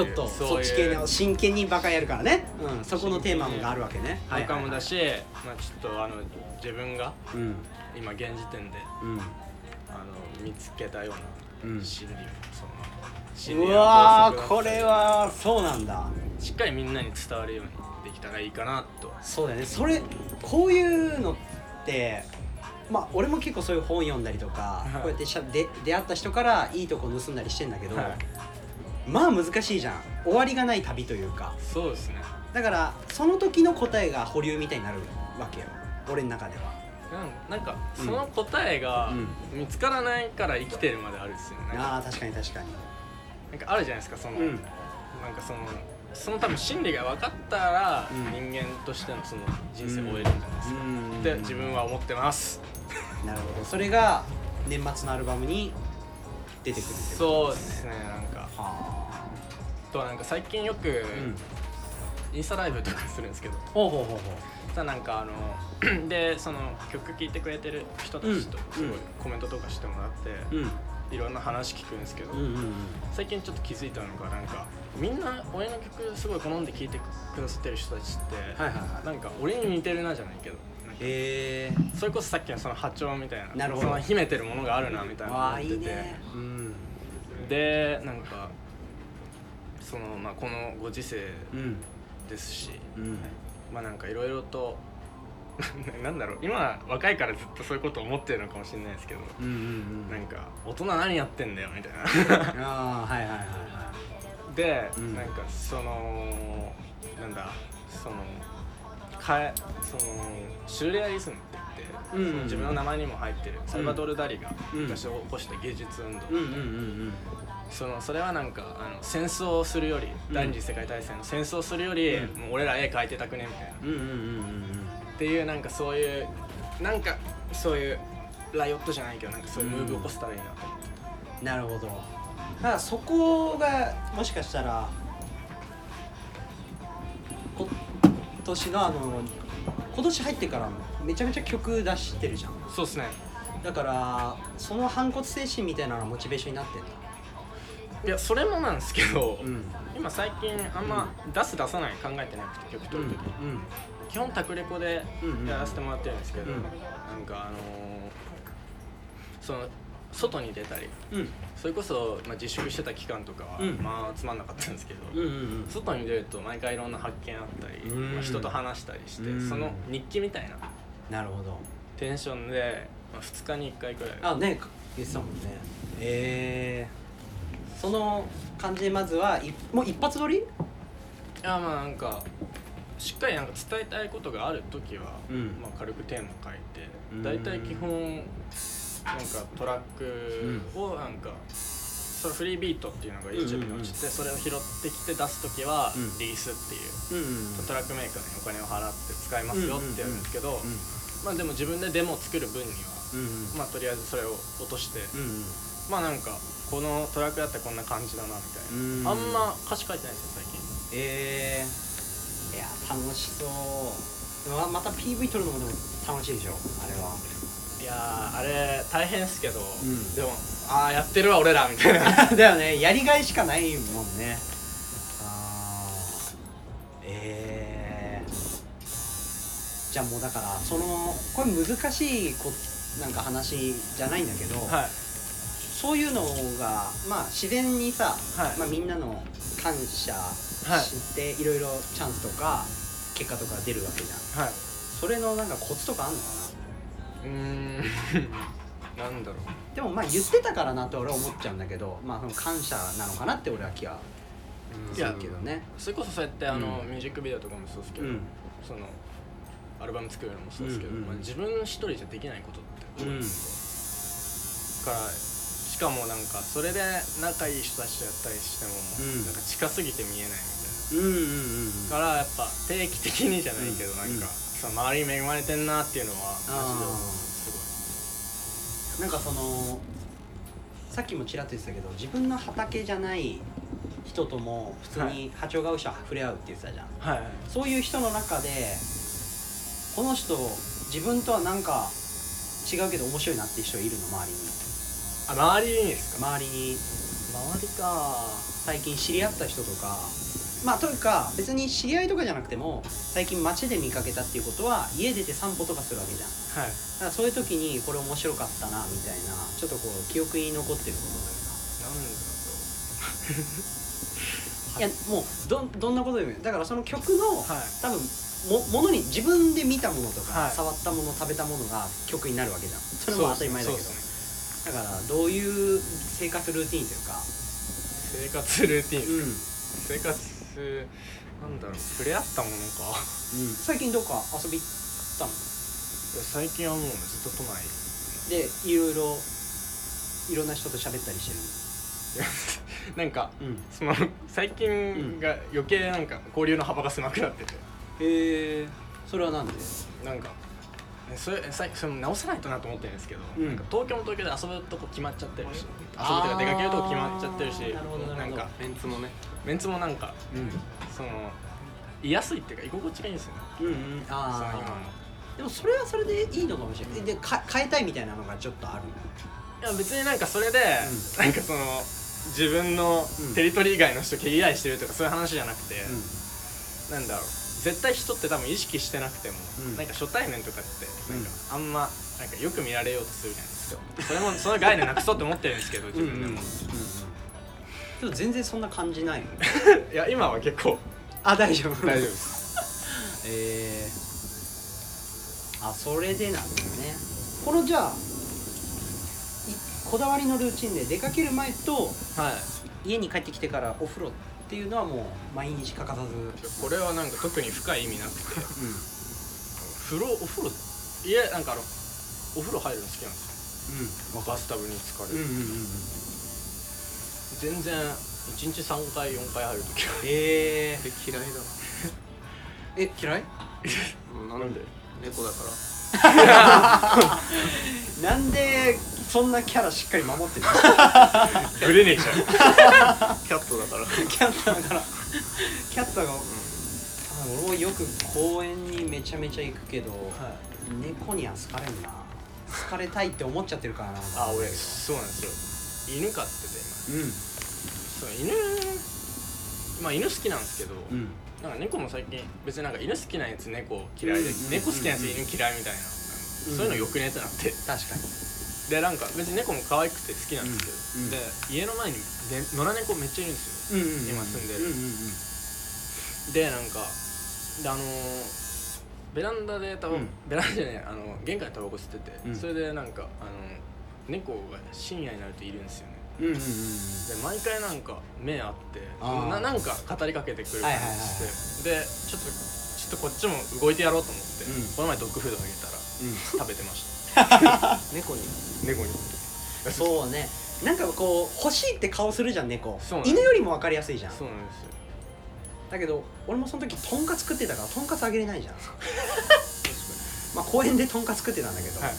Speaker 2: ょ
Speaker 1: ちょっとそっち系の真剣にバカやるからね、うん、そこのテーマもがあるわけね
Speaker 2: とかもだし、まあ、ちょっとあの自分が
Speaker 1: うん
Speaker 2: 今現時点で
Speaker 1: うん
Speaker 2: あの見つけたよう
Speaker 1: う
Speaker 2: なん心理を、その心理
Speaker 1: う
Speaker 2: の
Speaker 1: わー
Speaker 2: 法則だ
Speaker 1: こ
Speaker 2: ったり
Speaker 1: れはそうなんだ
Speaker 2: しっかりみんなに伝わるようにできたらいいかなと
Speaker 1: そうだよねそれこういうのってまあ俺も結構そういう本読んだりとか、
Speaker 2: はい
Speaker 1: こうやってしゃで出会った人からいいとこ盗んだりしてんだけど、
Speaker 2: はい
Speaker 1: まあ難しいじゃん終わりがない旅というか
Speaker 2: そうですね
Speaker 1: だからその時の答えが保留みたいになるわけよ俺の中では
Speaker 2: なんなんかその答えが見つからないから生きてるまであるんですよね、
Speaker 1: ああ確かに確かに
Speaker 2: なんかあるじゃないですかその、
Speaker 1: うん
Speaker 2: なんかそのその多分心理が分かったら、
Speaker 1: うん
Speaker 2: 人間としてのその人生を終えるんじゃないですか、って自分は思ってます、
Speaker 1: なるほどそれが年末のアルバムに出てくるってこと
Speaker 2: そうですねなんか
Speaker 1: はあ
Speaker 2: あとはなんか最近よく
Speaker 1: うん
Speaker 2: インスタライブとかするんですけど、
Speaker 1: ほうほうほうほ
Speaker 2: ただなんかあの でその曲聴いてくれてる人たちと
Speaker 1: うん
Speaker 2: すごい
Speaker 1: うん
Speaker 2: コメントとかしてもらって、
Speaker 1: ううん
Speaker 2: いろんな話聞くんですけど、
Speaker 1: うんうん
Speaker 2: 最近ちょっと気づいたのがなんかみんな俺の曲すごい好んで聴いてくださってる人たちって、
Speaker 1: はいはいはい
Speaker 2: なんか俺に似てるなじゃないけどなんか
Speaker 1: へえ
Speaker 2: それこそさっきのその波長みたいな
Speaker 1: なるほど
Speaker 2: その秘めてるものがあるなみたいな
Speaker 1: わあ
Speaker 2: 思
Speaker 1: い
Speaker 2: って
Speaker 1: い
Speaker 2: て
Speaker 1: ねうん
Speaker 2: でなんかそのまあこのご時世
Speaker 1: うん
Speaker 2: ですし
Speaker 1: うん
Speaker 2: まあなんかいろいろと なんだろう今若いからずっとそういうこと思ってるのかもしれないですけど
Speaker 1: うんうんう
Speaker 2: なん
Speaker 1: ん
Speaker 2: か大人何やってんだよみたいな
Speaker 1: ああはいはいはいは
Speaker 2: で、
Speaker 1: うん
Speaker 2: なんかそのなんだそのかえそのシュレアリズムって言っ
Speaker 1: う
Speaker 2: て、
Speaker 1: ん
Speaker 2: その自分の名前にも入ってるサルバドル・ダリが
Speaker 1: うん
Speaker 2: 昔起こした芸術運動、
Speaker 1: いうんうんうん
Speaker 2: そのそれはなんかあの戦争をするより、
Speaker 1: うん
Speaker 2: 第二次世界大戦の戦争をするより、
Speaker 1: うん
Speaker 2: もう俺ら絵描いてたくねみたいな、
Speaker 1: うんうんうんうんうん
Speaker 2: っていうなんかそういうなんかそういうライオットじゃないけどなんかそういうムーブを起こせたらいいなと思って、
Speaker 1: うんなるほどただそこがもしかしたら今年のあの今年入ってからめちゃめちゃ曲出してるじゃん
Speaker 2: そうっすね
Speaker 1: だからその反骨精神みたいなのがモチベーションになってんだ
Speaker 2: いやそれもなんですけど、
Speaker 1: ん
Speaker 2: 今最近あんま出す出さない考えてなくて曲
Speaker 1: う
Speaker 2: 撮
Speaker 1: ん
Speaker 2: る時、基本宅レコで
Speaker 1: うんうん
Speaker 2: やらせてもらってるんですけど、
Speaker 1: うん
Speaker 2: なんかあのーその外に出たり
Speaker 1: うん
Speaker 2: それこそ、まあ、自粛してた期間とかは、
Speaker 1: うん
Speaker 2: まあつまんなかったんですけど、
Speaker 1: うんうん
Speaker 2: 外に出ると毎回いろんな発見あったり、
Speaker 1: うん
Speaker 2: まあ人と話したりして、
Speaker 1: うん
Speaker 2: その日記みたいな
Speaker 1: なるほど
Speaker 2: テンションで、まあ、2日に1回くらい
Speaker 1: あね言ってたもんねえー、その感じまずはいもう一発撮り
Speaker 2: あまあなんかしっかりなんか伝えたいことがある時は、
Speaker 1: うん
Speaker 2: まあ、軽くテーマ書いて
Speaker 1: うん
Speaker 2: 大体基本なんかトラックをなんか、それフリービートっていうのが YouTube に落ちて、それを拾ってきて出す時は
Speaker 1: うん
Speaker 2: リースっていう、
Speaker 1: うん
Speaker 2: トラックメーカーにお金を払って使いますよってやるんですけど、まあでも自分でデモを作る分には、
Speaker 1: うんうん
Speaker 2: まあとりあえずそれを落として、
Speaker 1: うんうん
Speaker 2: まあなんかこのトラックだったらこんな感じだなみたいな、
Speaker 1: うん
Speaker 2: あんま歌詞書いてないんですよ最近。
Speaker 1: えー、いや楽しそうままた PV 撮るのもでも楽しいでしょあれはい
Speaker 2: やーあれ大変っすけど、
Speaker 1: ん
Speaker 2: でもああやってるわ俺らみた いな
Speaker 1: だよねやりがいしかないもんねあーえー、じゃあもうだからそのこれ難しいこなんか話じゃないんだけど、
Speaker 2: はい
Speaker 1: そういうのが、まあ、自然にさ、
Speaker 2: はい
Speaker 1: まあ、みんなの感謝して、い、ろいろチャンスとか結果とか出るわけじゃん
Speaker 2: はい
Speaker 1: それのなんかコツとかあんのか
Speaker 2: うーん なんだろ
Speaker 1: なでもまあ言ってたからなと俺は思っちゃうんだけどまあその感謝なのかなって俺は気は
Speaker 2: う
Speaker 1: するけどね
Speaker 2: うそれこそそうやってあの、
Speaker 1: うん
Speaker 2: ミュージックビデオとかもそうですけ
Speaker 1: う
Speaker 2: ど、
Speaker 1: ん
Speaker 2: そのアルバム作るのもそうですけど、
Speaker 1: うんうんうん
Speaker 2: まあ、自分一人じゃできないことって多いんですよ、からしかもなんかそれで仲いい人たちとやったりしても、
Speaker 1: うん
Speaker 2: なんか近すぎて見えないみたい
Speaker 1: うんうんうん
Speaker 2: なからやっぱ定期的にじゃないけど、
Speaker 1: うん
Speaker 2: なん
Speaker 1: うん
Speaker 2: か、その周りに恵まれてんなっていうのはマジで
Speaker 1: あ
Speaker 2: 思う
Speaker 1: ー
Speaker 2: すご
Speaker 1: な
Speaker 2: い
Speaker 1: んかそのさっきもちらっと言ってたけど自分の畑じゃない人とも普通
Speaker 2: は
Speaker 1: に波長が合う人は触れ合うって言ってたじゃん、
Speaker 2: はい
Speaker 1: そういう人の中でこの人自分とはなんか違うけど面白いなって人いるの周りに
Speaker 2: あ周りにですか
Speaker 1: 周りに
Speaker 2: 周りか
Speaker 1: 最近知り合った人とかまあというか別に知り合いとかじゃなくても最近街で見かけたっていうことは家出て散歩とかするわけじゃんだ
Speaker 2: はい
Speaker 1: からそういう時にこれ面白かったなみたいなちょっとこう記憶に残ってることというか
Speaker 2: なんだろ
Speaker 1: いやもうどんどんなことでもいいだからその曲の、
Speaker 2: はい
Speaker 1: 多分もものに自分で見たものとか、
Speaker 2: はい
Speaker 1: 触ったもの食べたものが曲になるわけじゃん
Speaker 2: う
Speaker 1: それも当たり前だけど、
Speaker 2: そうです
Speaker 1: だからどういう生活ルーティンというか
Speaker 2: ね生活ルーティン、
Speaker 1: うん、
Speaker 2: 生活なんだろう触れ合ったものか
Speaker 1: 最近どっか遊び行ったの
Speaker 2: 最近はもうずっと都内
Speaker 1: でいろいろいろんな人と喋ったりして
Speaker 2: なんか
Speaker 1: るうん
Speaker 2: その最近が余計なんか交流の幅が狭くなってて
Speaker 1: へえそれはなんで
Speaker 2: なんかねそれ最近それも直さないとなと思ってるんですけど、
Speaker 1: うん
Speaker 2: なんか東京も東京で遊ぶとこ決まっちゃってるし遊ぶとか出かけるとこ決まっちゃってるし
Speaker 1: あーなるほどなるほど
Speaker 2: んか
Speaker 3: メンツもね
Speaker 2: メンツもなんか
Speaker 1: うん
Speaker 2: その居やすいっていうか居心地がいいんですよね
Speaker 1: うんうん
Speaker 2: その今の
Speaker 1: ああでもそれはそれでいいのかもしれないでか変えたいみたいなのがちょっとある
Speaker 2: いや別になんかそれで、
Speaker 1: ん
Speaker 2: なんかその自分の
Speaker 1: うん
Speaker 2: テリトリー以外の人毛嫌いしてるとかそういう話じゃなくて、
Speaker 1: う
Speaker 2: なんだろう絶対人って多分意識してなくても、
Speaker 1: うん
Speaker 2: なんか初対面とかってなんかあんまなんかよく見られようとするじゃないです
Speaker 1: ん
Speaker 2: か、それもその概念なくそうって思ってるんですけど自
Speaker 1: うんうん
Speaker 2: 分で
Speaker 1: うん
Speaker 2: も、
Speaker 1: でも全然そんな感じないの
Speaker 2: いや今は結構
Speaker 1: あ大丈夫
Speaker 2: 大丈夫です
Speaker 1: えー、あそれでなんですねこのじゃあいこだわりのルーチンで出かける前と
Speaker 2: はい
Speaker 1: 家に帰ってきてからお風呂っていうのはもう毎日欠かさず、うん、
Speaker 2: これはなんか特に深い意味なくて風呂お風呂家なんかあのお風呂入るの好きなんですよバスタブに浸か
Speaker 1: う
Speaker 2: る、
Speaker 1: んうんうんうん
Speaker 2: 全然1日3回4回入るときは
Speaker 1: えー、
Speaker 3: え嫌いだ
Speaker 1: え嫌い
Speaker 3: うんなんで猫だから
Speaker 1: なんでそんなキャラしっかり守ってるの
Speaker 2: ブレねえじゃん
Speaker 3: キャットだから
Speaker 1: キャッターからキャッターが、あ俺もよく公園にめちゃめちゃ行くけど、猫には好かれんな好かれたいって思っちゃってるからな
Speaker 2: あ俺そうなんですよ犬飼ってて
Speaker 1: う
Speaker 2: 今そう犬まあ犬好きなんですけど、
Speaker 1: んうん
Speaker 2: なんか猫も最近別になんか犬好きなやつ猫嫌いで、
Speaker 1: うんうん
Speaker 2: 猫好きなやつ犬嫌いみたいな、そういうのよくねってなって
Speaker 1: 確かに
Speaker 2: でなんか別に猫も可愛くて好きなんですけ
Speaker 1: う
Speaker 2: ど、
Speaker 1: んうん
Speaker 2: で家の前に、ね、野良猫めっちゃいるんですよ、
Speaker 1: うんうんうん
Speaker 2: 今住んでる
Speaker 1: うんうんうん
Speaker 2: でなんかであのーベランダでタバコ、
Speaker 1: うん
Speaker 2: ベランダじゃないあの玄関でタバコ吸ってて、
Speaker 1: うん
Speaker 2: それでなんかあの猫が深夜になるといるんですよね
Speaker 1: うんうんうん
Speaker 2: で毎回なんか目あって
Speaker 1: あー
Speaker 2: ななんか語りかけてくる感
Speaker 1: はいはいはい
Speaker 2: じして、でちょっとちょっとこっちも動いてやろうと思って、
Speaker 1: うん
Speaker 2: この前ドッグフードあげた
Speaker 1: うん
Speaker 2: ら食べてました
Speaker 3: 猫に
Speaker 2: 猫に
Speaker 1: そうねなんかこう欲しいって顔するじゃん猫
Speaker 2: そうなん
Speaker 1: 犬よりも分かりやすいじゃん
Speaker 2: そうなんですよ
Speaker 1: だけど俺もその時とんかつ食ってたからとんかつあげれないじゃん まあ公園でとんかつ食ってたんだけど、
Speaker 2: はい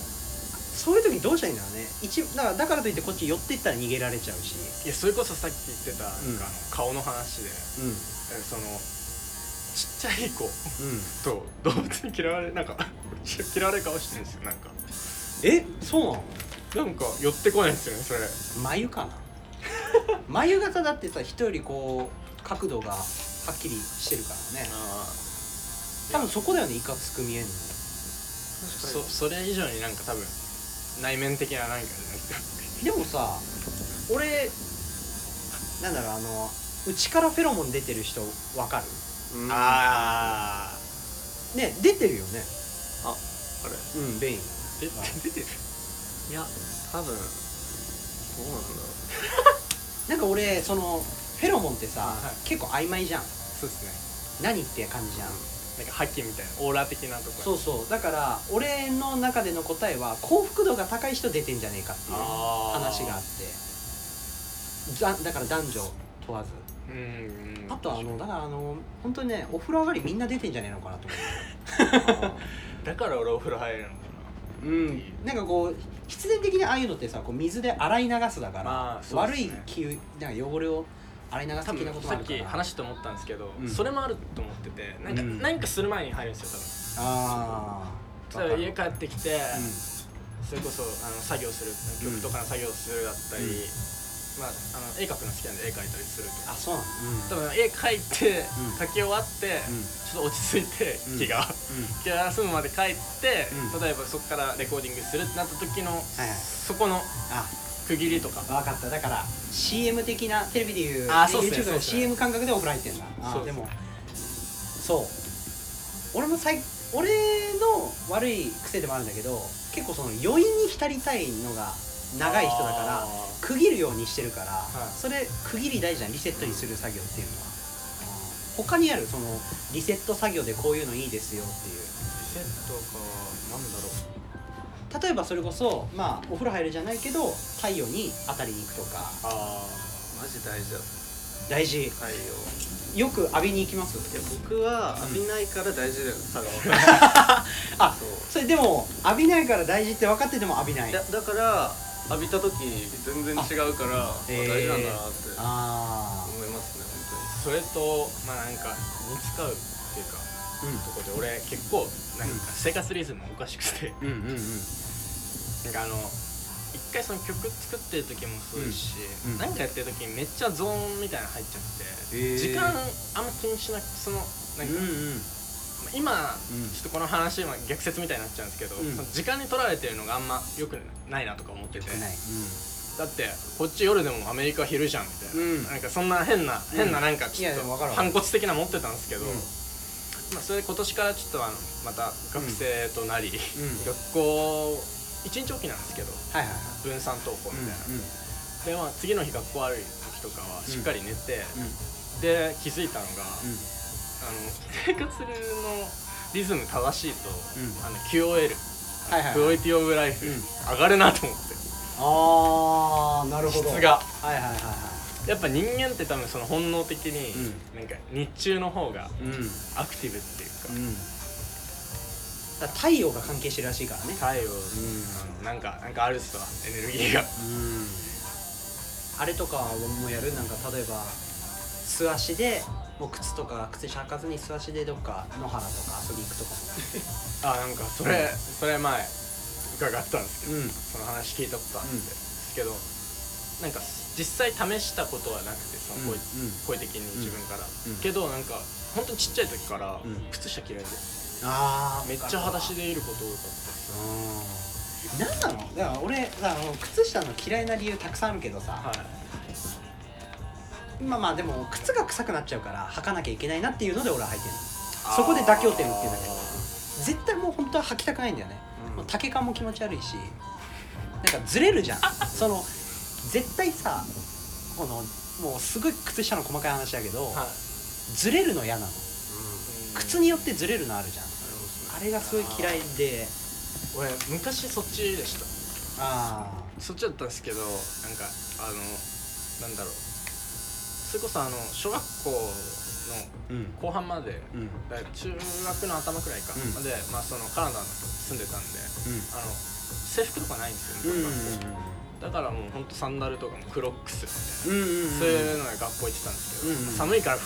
Speaker 1: そういう時どうしたらいいんだろうね一だからだからといってこっち寄っていったら逃げられちゃうし
Speaker 2: いやそれこそさっき言ってたなんかあ
Speaker 1: うん
Speaker 2: の顔の話で、
Speaker 1: うん
Speaker 2: えそのちっちゃい子
Speaker 1: うん
Speaker 2: と動物に嫌われなんか 嫌われ顔してるんですよなんか
Speaker 1: えそうなの
Speaker 2: なんか寄ってこないんですよねそれ
Speaker 1: 眉 かな眉型だってさ人よりこう角度がはっきりしてるからね
Speaker 2: あ
Speaker 1: 多分そこだよねいかつく見えるの
Speaker 2: そそれ以上になんか多分内面的な何かじゃないですか
Speaker 1: でもさ俺なんだろうあの内からフェロモン出てる人わかる
Speaker 3: うんあ
Speaker 2: ああ
Speaker 1: ね出てるよね
Speaker 3: れ
Speaker 1: うんベイン
Speaker 2: 出出てる
Speaker 3: いや多分どうなんだろう
Speaker 1: なんか俺そのフェロモンってさ、
Speaker 2: はい
Speaker 1: 結構曖昧じゃん
Speaker 2: そうです
Speaker 1: 何って感じじゃん、
Speaker 2: ねなんか覇気みたいなオーラ的なとこ
Speaker 1: そううそうだから俺の中での答えは幸福度が高い人出てんじゃねえかっていう
Speaker 2: あー
Speaker 1: 話があってだだから男女問わず
Speaker 2: うんうん
Speaker 1: あとはあのだからあの本当にねお風呂上がりみんな出てんじゃねえのかなと思って
Speaker 2: だから俺お風呂入れるのか
Speaker 1: うん、なんかこう必然的にああいうのってさこう水で洗い流すだから、
Speaker 2: まあそうで
Speaker 1: 悪
Speaker 2: す
Speaker 1: い
Speaker 2: ね
Speaker 1: 気なんか汚れを洗い流
Speaker 2: な
Speaker 1: す
Speaker 2: 多
Speaker 1: 的な
Speaker 2: 分
Speaker 1: ことも
Speaker 2: さ
Speaker 1: ある
Speaker 2: っ
Speaker 1: か
Speaker 2: き
Speaker 1: ら
Speaker 2: 話して思ったんですけど、
Speaker 1: うん
Speaker 2: それもあると思っててなんか、
Speaker 1: うん
Speaker 2: 何かする前に入るんですよ
Speaker 1: あ
Speaker 2: 多
Speaker 1: あ
Speaker 2: 分、家帰ってきて、それこそあの作業する曲とかの作業するだったり、
Speaker 1: うん
Speaker 2: まあ、あの絵描くの好きなんで絵描いたりすると
Speaker 1: あ
Speaker 2: か
Speaker 1: そうなの
Speaker 2: 多分絵描いて、
Speaker 1: うん
Speaker 2: 描き終わって、
Speaker 1: うん
Speaker 2: ちょっと落ち着いて、
Speaker 1: うん
Speaker 2: 気が
Speaker 1: うん、うん
Speaker 2: 気が休むまで帰って、
Speaker 1: うん
Speaker 2: 例えばそこからレコーディングするってなった時の、
Speaker 1: いはい
Speaker 2: そこの
Speaker 1: あ
Speaker 2: 区切りとか
Speaker 1: 分かっただから CM 的なテレビでいう
Speaker 2: あそうっすね
Speaker 1: YouTube
Speaker 2: そう
Speaker 1: の
Speaker 2: っすね
Speaker 1: CM 感覚でお風呂入ってんだあ
Speaker 2: そう
Speaker 1: ー
Speaker 2: っす
Speaker 1: でもそう俺も最俺の悪い癖でもあるんだけど結構その余韻に浸りたいのが長い人だから
Speaker 2: あー
Speaker 1: 区切るようにしてるから、
Speaker 2: はい
Speaker 1: それ区切り大事じゃんリセットにする作業っていうのは、他にあるそのリセット作業でこういうのいいですよっていう
Speaker 2: リセットかなんだろう
Speaker 1: 例えばそれこそまあお風呂入るじゃないけど太陽に当たりに行くとか
Speaker 2: あ
Speaker 3: マジ大事だ
Speaker 1: 大事
Speaker 3: 太陽い
Speaker 1: よく浴びに行きます
Speaker 3: や僕は浴びないから大事だよ差が分かる
Speaker 1: あ
Speaker 3: そう
Speaker 1: それでも浴びないから大事って分かってても浴びない
Speaker 3: いやだから浴びた時全然違うからまあ
Speaker 1: えー
Speaker 3: 大事なんだなって
Speaker 1: あ
Speaker 3: 思いますね
Speaker 2: ーそれとまあなんかに使うっていうか
Speaker 1: あ
Speaker 2: とこで俺結構なんか生活リズムおかしくて
Speaker 1: うんうんうんうん
Speaker 2: なんかあの一回その曲作ってる時もそうですし、
Speaker 1: うんうん
Speaker 2: なんかやってる時にめっちゃゾーンみたいなの入っちゃって、
Speaker 1: へー
Speaker 2: 時間あんま気にしなくそのなんか、
Speaker 1: うん
Speaker 2: ま
Speaker 1: うん
Speaker 2: あ今、
Speaker 1: ん
Speaker 2: ちょっとこの話は逆説みたいになっちゃうんですけど、
Speaker 1: うん
Speaker 2: その時間に取られてるのがあんまよくないなとか思ってて
Speaker 1: ない
Speaker 2: だってこっち夜でもアメリカ昼じゃんみたいな、
Speaker 1: うん
Speaker 2: なんかそんな変な変ななんかちょ
Speaker 1: い
Speaker 2: っ
Speaker 1: や
Speaker 2: と
Speaker 1: でもわかるわかる
Speaker 2: 反骨的なの持ってたんですけ
Speaker 1: う
Speaker 2: ど、
Speaker 1: ん
Speaker 2: まあ、それで今年からちょっとあのまた学生となり、
Speaker 1: ん
Speaker 2: 学校1日おきなんですけど
Speaker 1: はいはいはい
Speaker 2: 分散登校みたいな、
Speaker 1: うん
Speaker 2: でまあ次の日学校ある時とかはしっかり
Speaker 1: う
Speaker 2: 寝て、
Speaker 1: ん
Speaker 2: で気づいたのが、
Speaker 1: うん
Speaker 2: あの生活のリズム正しいと、
Speaker 1: うん
Speaker 2: あの QOL
Speaker 1: はいはい
Speaker 2: クオリティオブライフ、
Speaker 1: うん
Speaker 2: 上がるなと思って
Speaker 1: ああなるほど
Speaker 2: 質が
Speaker 1: はいはいはいは
Speaker 2: やっぱ人間って多分その本能的に、
Speaker 1: う
Speaker 2: なんか日中の方が
Speaker 1: いうん
Speaker 2: アクティブっていうか、
Speaker 1: うんだから太陽が関係してるらしいからね
Speaker 2: 太陽、あのなんかなんかあるっすわエネルギーが
Speaker 1: うんあれとかもやるなんか例えば素足でもう靴とか靴下履かずに素足でどっか野原とか遊び行くとか
Speaker 2: あなんかそれそれ前伺ったんですけ
Speaker 1: う
Speaker 2: ど、
Speaker 1: ん
Speaker 2: その話聞いたことあって、
Speaker 1: うん
Speaker 2: ですけどなんか実際試したことはなくてその
Speaker 1: う
Speaker 2: 声,、
Speaker 1: んうん
Speaker 2: 声的に自分から、
Speaker 1: うん
Speaker 2: けどなんか本当にちっちゃい時から
Speaker 1: うん
Speaker 2: 靴下嫌いで
Speaker 1: ああ
Speaker 2: めっちゃ裸
Speaker 1: し
Speaker 2: 足でいること多かったです
Speaker 1: う
Speaker 2: 時が
Speaker 1: なんなのだから俺さあの靴下の嫌いな理由たくさんあるけどさ、
Speaker 2: はい
Speaker 1: まあまあでも靴が臭くなっちゃうから履かなきゃいけないなっていうので俺は履いてるそこで妥協点を打ってるだけ絶対もう本当は履きたくないんだよね、
Speaker 3: うん
Speaker 1: もう丈感も気持ち悪いしなんかずれるじゃんその絶対さこのもうすごい靴下の細かい話だけど、
Speaker 2: はい
Speaker 1: ずれるの嫌なの靴によってずれるのあるじゃんあれがすごい嫌いで
Speaker 2: 俺昔そっちでした
Speaker 1: あ
Speaker 2: そっちだったんですけどなんかあのなんだろうそれこそあの小学校
Speaker 1: あうん
Speaker 2: の後半まで
Speaker 1: うんうん
Speaker 2: だから中学の頭くらいか、
Speaker 1: うん
Speaker 2: まで、まあ、そのカナダの住んでたんであの制服とかないんです
Speaker 1: う
Speaker 2: よ
Speaker 1: ん
Speaker 2: ね、
Speaker 1: うん
Speaker 2: だからもうほんとサンダルとかもクロックスみたい
Speaker 1: うんうんうん
Speaker 2: な、そういうので学校行ってたんです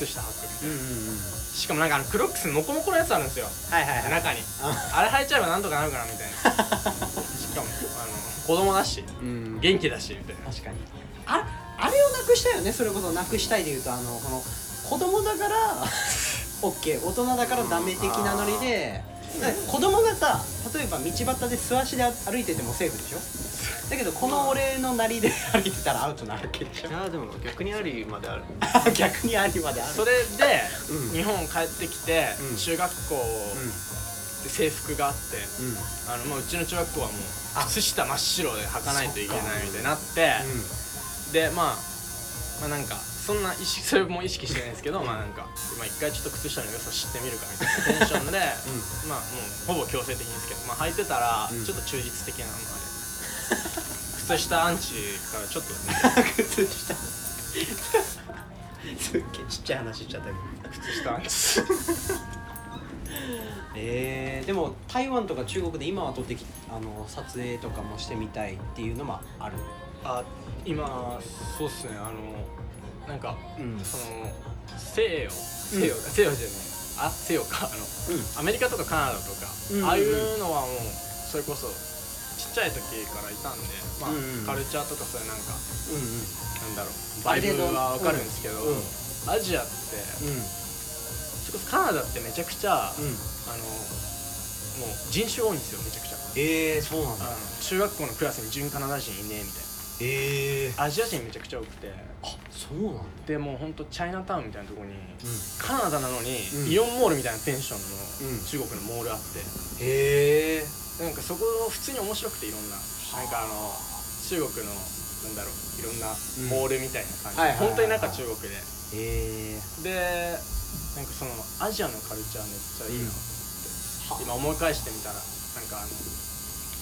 Speaker 2: け
Speaker 1: うんうん
Speaker 2: ど、寒いから冬は靴下履くみたいな
Speaker 1: うんうんうん
Speaker 2: しかもなんかあのクロックスのモコモコのやつあるんですよ
Speaker 1: はいはいはい
Speaker 2: 中に
Speaker 1: あ
Speaker 2: あれ履いちゃえばなんとかなるかなみたい なしかもあの子供だし
Speaker 1: うん
Speaker 2: 元気だしみたいな
Speaker 1: 確かにああれをなくしたいよねそれこそなくしたいでいうとあのこの子供だから OK 大人だからダメ的なノリでだから子供がさ例えば道端で素足で歩いててもセーフでしょだけどこの俺のなりで歩いてたらアウトなわけでしょ
Speaker 3: いやでも逆にありまである
Speaker 1: 逆にありまである
Speaker 2: それ
Speaker 1: うん
Speaker 2: で日本帰ってきて
Speaker 1: うん
Speaker 2: 中学校で制服があって
Speaker 1: うんうん
Speaker 2: あのまあうちの中学校はもう
Speaker 1: あ
Speaker 2: 靴下真っ白で履かないといけないみたいになってでまあまあなんかそんな意識そ れも意識してないんですけどまあなんかまあ一回ちょっと靴下の良さ知ってみるかみたいなテンシ ョンでまあもうほぼ強制的にですけどまあ履いてたら
Speaker 1: うん
Speaker 2: ちょっと忠実的なのあ れ靴下アンチからちょっと
Speaker 1: 靴下すっげえちっちゃい話しちゃったけど
Speaker 2: 靴下アンチ
Speaker 1: えー、でも台湾とか中国で今は撮ってきあの撮影とかもしてみたいっていうのもある
Speaker 2: あ今そうっすねあのなんか
Speaker 1: うん
Speaker 2: その西洋西洋、西洋じゃないあ西洋かあの
Speaker 1: う
Speaker 2: アメリカとかカナダとか、
Speaker 1: うん
Speaker 2: ああいうのはもうそれこそちっちゃい時からいたんで、まあ
Speaker 1: うん
Speaker 2: カルチャーとかそういうなんか
Speaker 1: んうん
Speaker 2: なんだろう
Speaker 1: あ
Speaker 2: バイ
Speaker 1: る程
Speaker 2: ブ
Speaker 1: 度
Speaker 2: はわかるんですけど、
Speaker 1: うんうん
Speaker 2: アジアってそれこそカナダってめちゃくちゃ、
Speaker 1: うんうん
Speaker 2: あのもう人種多いんですよめちゃくちゃ、
Speaker 1: えー、そうなん
Speaker 2: あ
Speaker 1: だ
Speaker 2: の中学校のクラスに純カナダ人いねえみたい
Speaker 1: えー、
Speaker 2: なアジア人めちゃくちゃ多くて
Speaker 1: あそうなんだ
Speaker 2: でもうほんとチャイナタウンみたいなとこ
Speaker 1: う
Speaker 2: に
Speaker 1: ん
Speaker 2: カナダなのに、
Speaker 1: うん
Speaker 2: イオンモールみたいなテンション
Speaker 1: うん
Speaker 2: の中国のモールあって、
Speaker 1: へえ
Speaker 2: なんかそこ普通に面白くていろんななんかあの中国のなんだろういろんなモールみたいな感じ、
Speaker 1: はいはいはいはい
Speaker 2: 本当になんか中国で
Speaker 1: ー、え
Speaker 2: でなんかそのアジアのカルチャーめっちゃいいなと思って、
Speaker 1: うん
Speaker 2: 今思い返してみたらなんかあの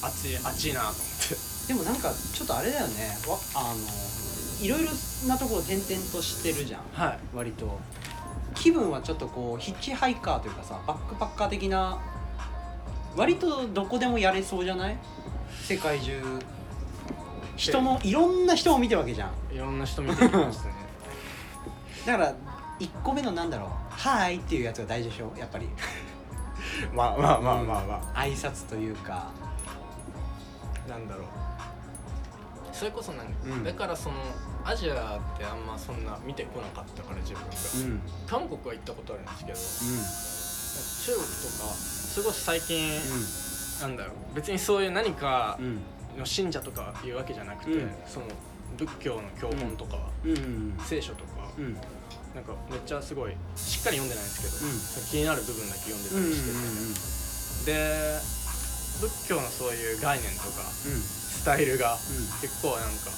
Speaker 2: 熱い熱いなと思 って
Speaker 1: ー、でもなんかちょっとあれだよねわあのいろいろなところ転々としてるじゃん
Speaker 2: はい
Speaker 1: 割と気分はちょっとこうヒッチハイカーというかさバックパッカー的な割とどこでもやれそうじゃない世界中人もいろんな人を見てるわけじゃん
Speaker 2: いろんな人見てきました ね
Speaker 1: だから1個目のなんだろう「はーい」っていうやつが大事でしょやっぱり
Speaker 2: まあまあまあまあま
Speaker 1: 挨拶というか
Speaker 2: あ、なんだろうそれこそなんか、
Speaker 1: うん
Speaker 2: だからそのアジアってあんまそんな見てこなかったから自分が、
Speaker 1: うんうん
Speaker 2: 韓国は行ったことあるんですけど中国とかすごい最近、なんだろう別にそういう何か
Speaker 1: うんうん
Speaker 2: の信者とかいうわけじゃなくて、
Speaker 1: うん
Speaker 2: その仏教の教本とか、
Speaker 1: うんうん
Speaker 2: 聖書とか、
Speaker 1: うん
Speaker 2: なんかめっちゃすごいしっかり読んでないんですけど、
Speaker 1: うん
Speaker 2: その気になる部分だけ読んで
Speaker 1: う
Speaker 2: た
Speaker 1: ん
Speaker 2: りしてて、で仏教のそういう概念とかスタイルが結構なんか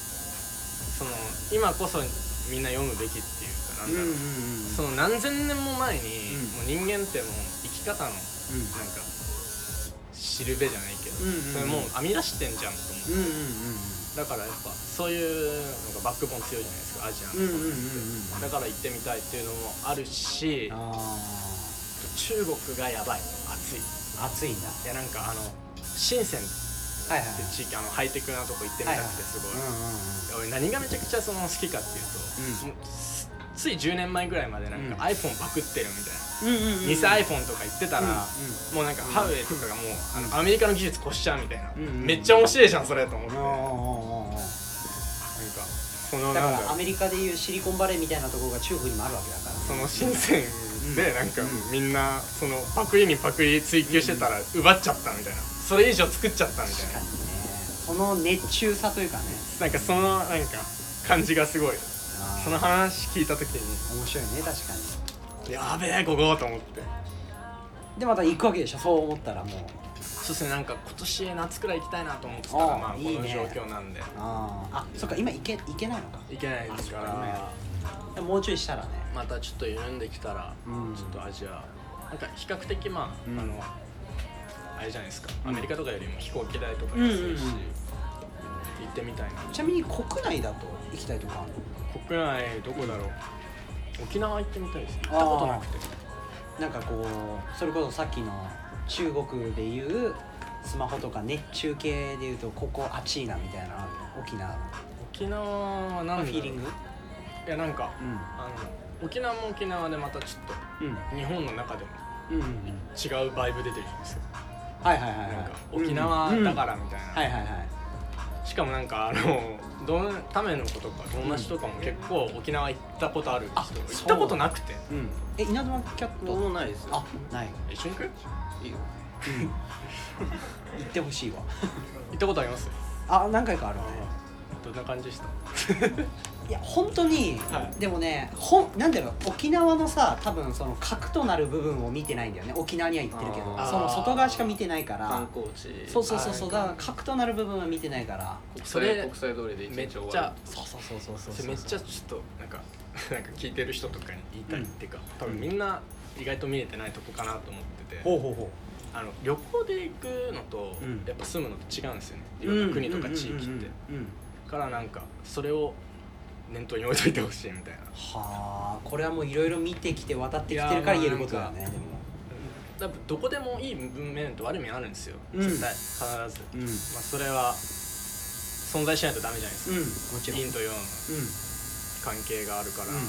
Speaker 2: その今こそみんな読むべきっていうかなんだろう、その何千年も前に、もう人間ってもう生き方のなんか知るべじゃないけど、
Speaker 1: うんうんうん
Speaker 2: それもう編み出してんじゃんと思って、だからやっぱそういうのがバックボーン強いじゃないですかアジ
Speaker 1: うん
Speaker 2: アの、
Speaker 1: うんうんうんうんうんうんうんうん
Speaker 2: だから行ってみたいっていうのもあるし
Speaker 1: あ
Speaker 2: 中国がやばい暑いい
Speaker 1: ー暑いんだ
Speaker 2: やなんかあの深センっ
Speaker 1: はいはい
Speaker 2: て地域あのハイテクなとこ行ってみたくてすご
Speaker 1: う
Speaker 2: い、俺何がめちゃくちゃその好きかっていうと、もうつつい10年前ぐらいまでなんか
Speaker 1: うん
Speaker 2: iPhone パクってるみたい
Speaker 1: ん
Speaker 2: な、
Speaker 1: うんうんうんうん
Speaker 2: 偽 iPhone とか言ってたら、もうなんかハウェイとかがもう、あのアメリカの技術越しちゃうみたいな、
Speaker 1: うんうん
Speaker 2: めっちゃ面白いじゃんそれと思って、なんか
Speaker 1: うん
Speaker 2: その
Speaker 1: だ
Speaker 2: なんだ
Speaker 1: から
Speaker 2: ろ
Speaker 1: ア
Speaker 2: う
Speaker 1: メリカでいうシリコンバレーみたいなところが中国にもあるわけだから
Speaker 2: その深センでなんか
Speaker 1: うん
Speaker 2: みんなそのパクリにパクリ追求してたら奪っちゃったみたいな、それ以上作っちゃったみたい
Speaker 1: 確
Speaker 2: な
Speaker 1: かにねその熱中さというかね
Speaker 2: なんかそのなんか感じがすごい
Speaker 1: あー
Speaker 2: その話聞いた時に
Speaker 1: 面白いね確か
Speaker 2: やべえここと思って
Speaker 1: にでまた行くわけでしょそう思ったらもう
Speaker 2: そうですねなんか今年夏くらい行きたいなと思ってた
Speaker 1: あ
Speaker 2: ら
Speaker 1: ー
Speaker 2: まあこ
Speaker 1: いい
Speaker 2: の
Speaker 1: ね
Speaker 2: 状況なんで
Speaker 1: あーあそっか今行け行けないのか
Speaker 2: 行けないですか
Speaker 1: あ
Speaker 2: ら
Speaker 1: でももうちょいしたらね
Speaker 2: またちょっと緩んできたら、
Speaker 1: うん
Speaker 2: ちょっとアジアなんか比較的まあ、
Speaker 1: うん
Speaker 2: あのあれじゃないですか
Speaker 1: うん
Speaker 2: アメリカとかよりも飛行機代とか安いし、
Speaker 1: うんうんうん
Speaker 2: 行ってみたいな
Speaker 1: ちなみに国内だと行きたいとかある
Speaker 2: 国内どこだろう、沖縄行ってみたいですね
Speaker 1: あー
Speaker 2: 行ったことなくて
Speaker 1: なんかこうそれこそさっきの中国でいうスマホとか熱中系でいうとここあちいなみたいな沖縄
Speaker 2: 沖縄は何だろ
Speaker 1: の
Speaker 2: う
Speaker 1: フィーリング
Speaker 2: いやなんか
Speaker 1: う
Speaker 2: あの沖縄も沖縄でまたちょっ
Speaker 1: んうん
Speaker 2: と日本の中でも
Speaker 1: うんうんうん
Speaker 2: 違うバイブ出てるじゃないですか
Speaker 1: はいはいはいはい
Speaker 2: なんか沖縄だかららみたいな、
Speaker 1: はいはいはい
Speaker 2: しかもなんかあの どのための子とか友達とかも結構沖縄行ったことあるんですけど
Speaker 1: あ
Speaker 2: 行ったことなくて
Speaker 1: うんえ稲妻キャッ
Speaker 3: どう
Speaker 1: ト
Speaker 3: もないですよ
Speaker 1: あ ない
Speaker 2: 一緒に行く行
Speaker 3: いいよ
Speaker 1: 行ってほしいわ
Speaker 2: ったことあります
Speaker 1: あ何回かあるね
Speaker 2: どんな感じでした
Speaker 1: いや本当に、
Speaker 2: は
Speaker 1: でもねほんなんだろう沖縄のさ多分その核となる部分を見てないんだよね沖縄には行ってるけど
Speaker 3: あ
Speaker 2: ー
Speaker 1: その外側しか見てないから
Speaker 3: 観光地
Speaker 1: そうそうそうそう
Speaker 2: あー
Speaker 1: だから核となる部分は見てないから
Speaker 3: 国
Speaker 2: それ
Speaker 3: 際国際通りで一
Speaker 2: めっ
Speaker 3: 日終わる
Speaker 2: ちゃ
Speaker 1: そうそうそうそうそう
Speaker 2: それめっちゃちょっとなんか なんか聞いてる人とかに言いたいっていうか、多
Speaker 1: うん
Speaker 2: 分みんな意外と見れてないとこかなと思ってて、
Speaker 1: ほうほうほ
Speaker 2: あの旅行で行くのと、
Speaker 1: うん
Speaker 2: やっぱ住むのと違うんですよね
Speaker 1: う
Speaker 2: いろんな国とか地域って、
Speaker 1: うんうんうんうんうん
Speaker 2: からなんかそれを念頭に置いといてほしいみたいな
Speaker 1: はあこれはもういろいろ見てきて渡ってきてるから言えることだよねでも
Speaker 2: 多分どこでもいい文面と悪い面あるんですよ、
Speaker 1: うん
Speaker 2: 絶対必ず、まあ、
Speaker 1: うんうん
Speaker 2: それは存在しないとダメじゃないですか、
Speaker 1: もちろん
Speaker 2: 陰と陽の
Speaker 1: うん
Speaker 2: 関係があるから、
Speaker 1: うん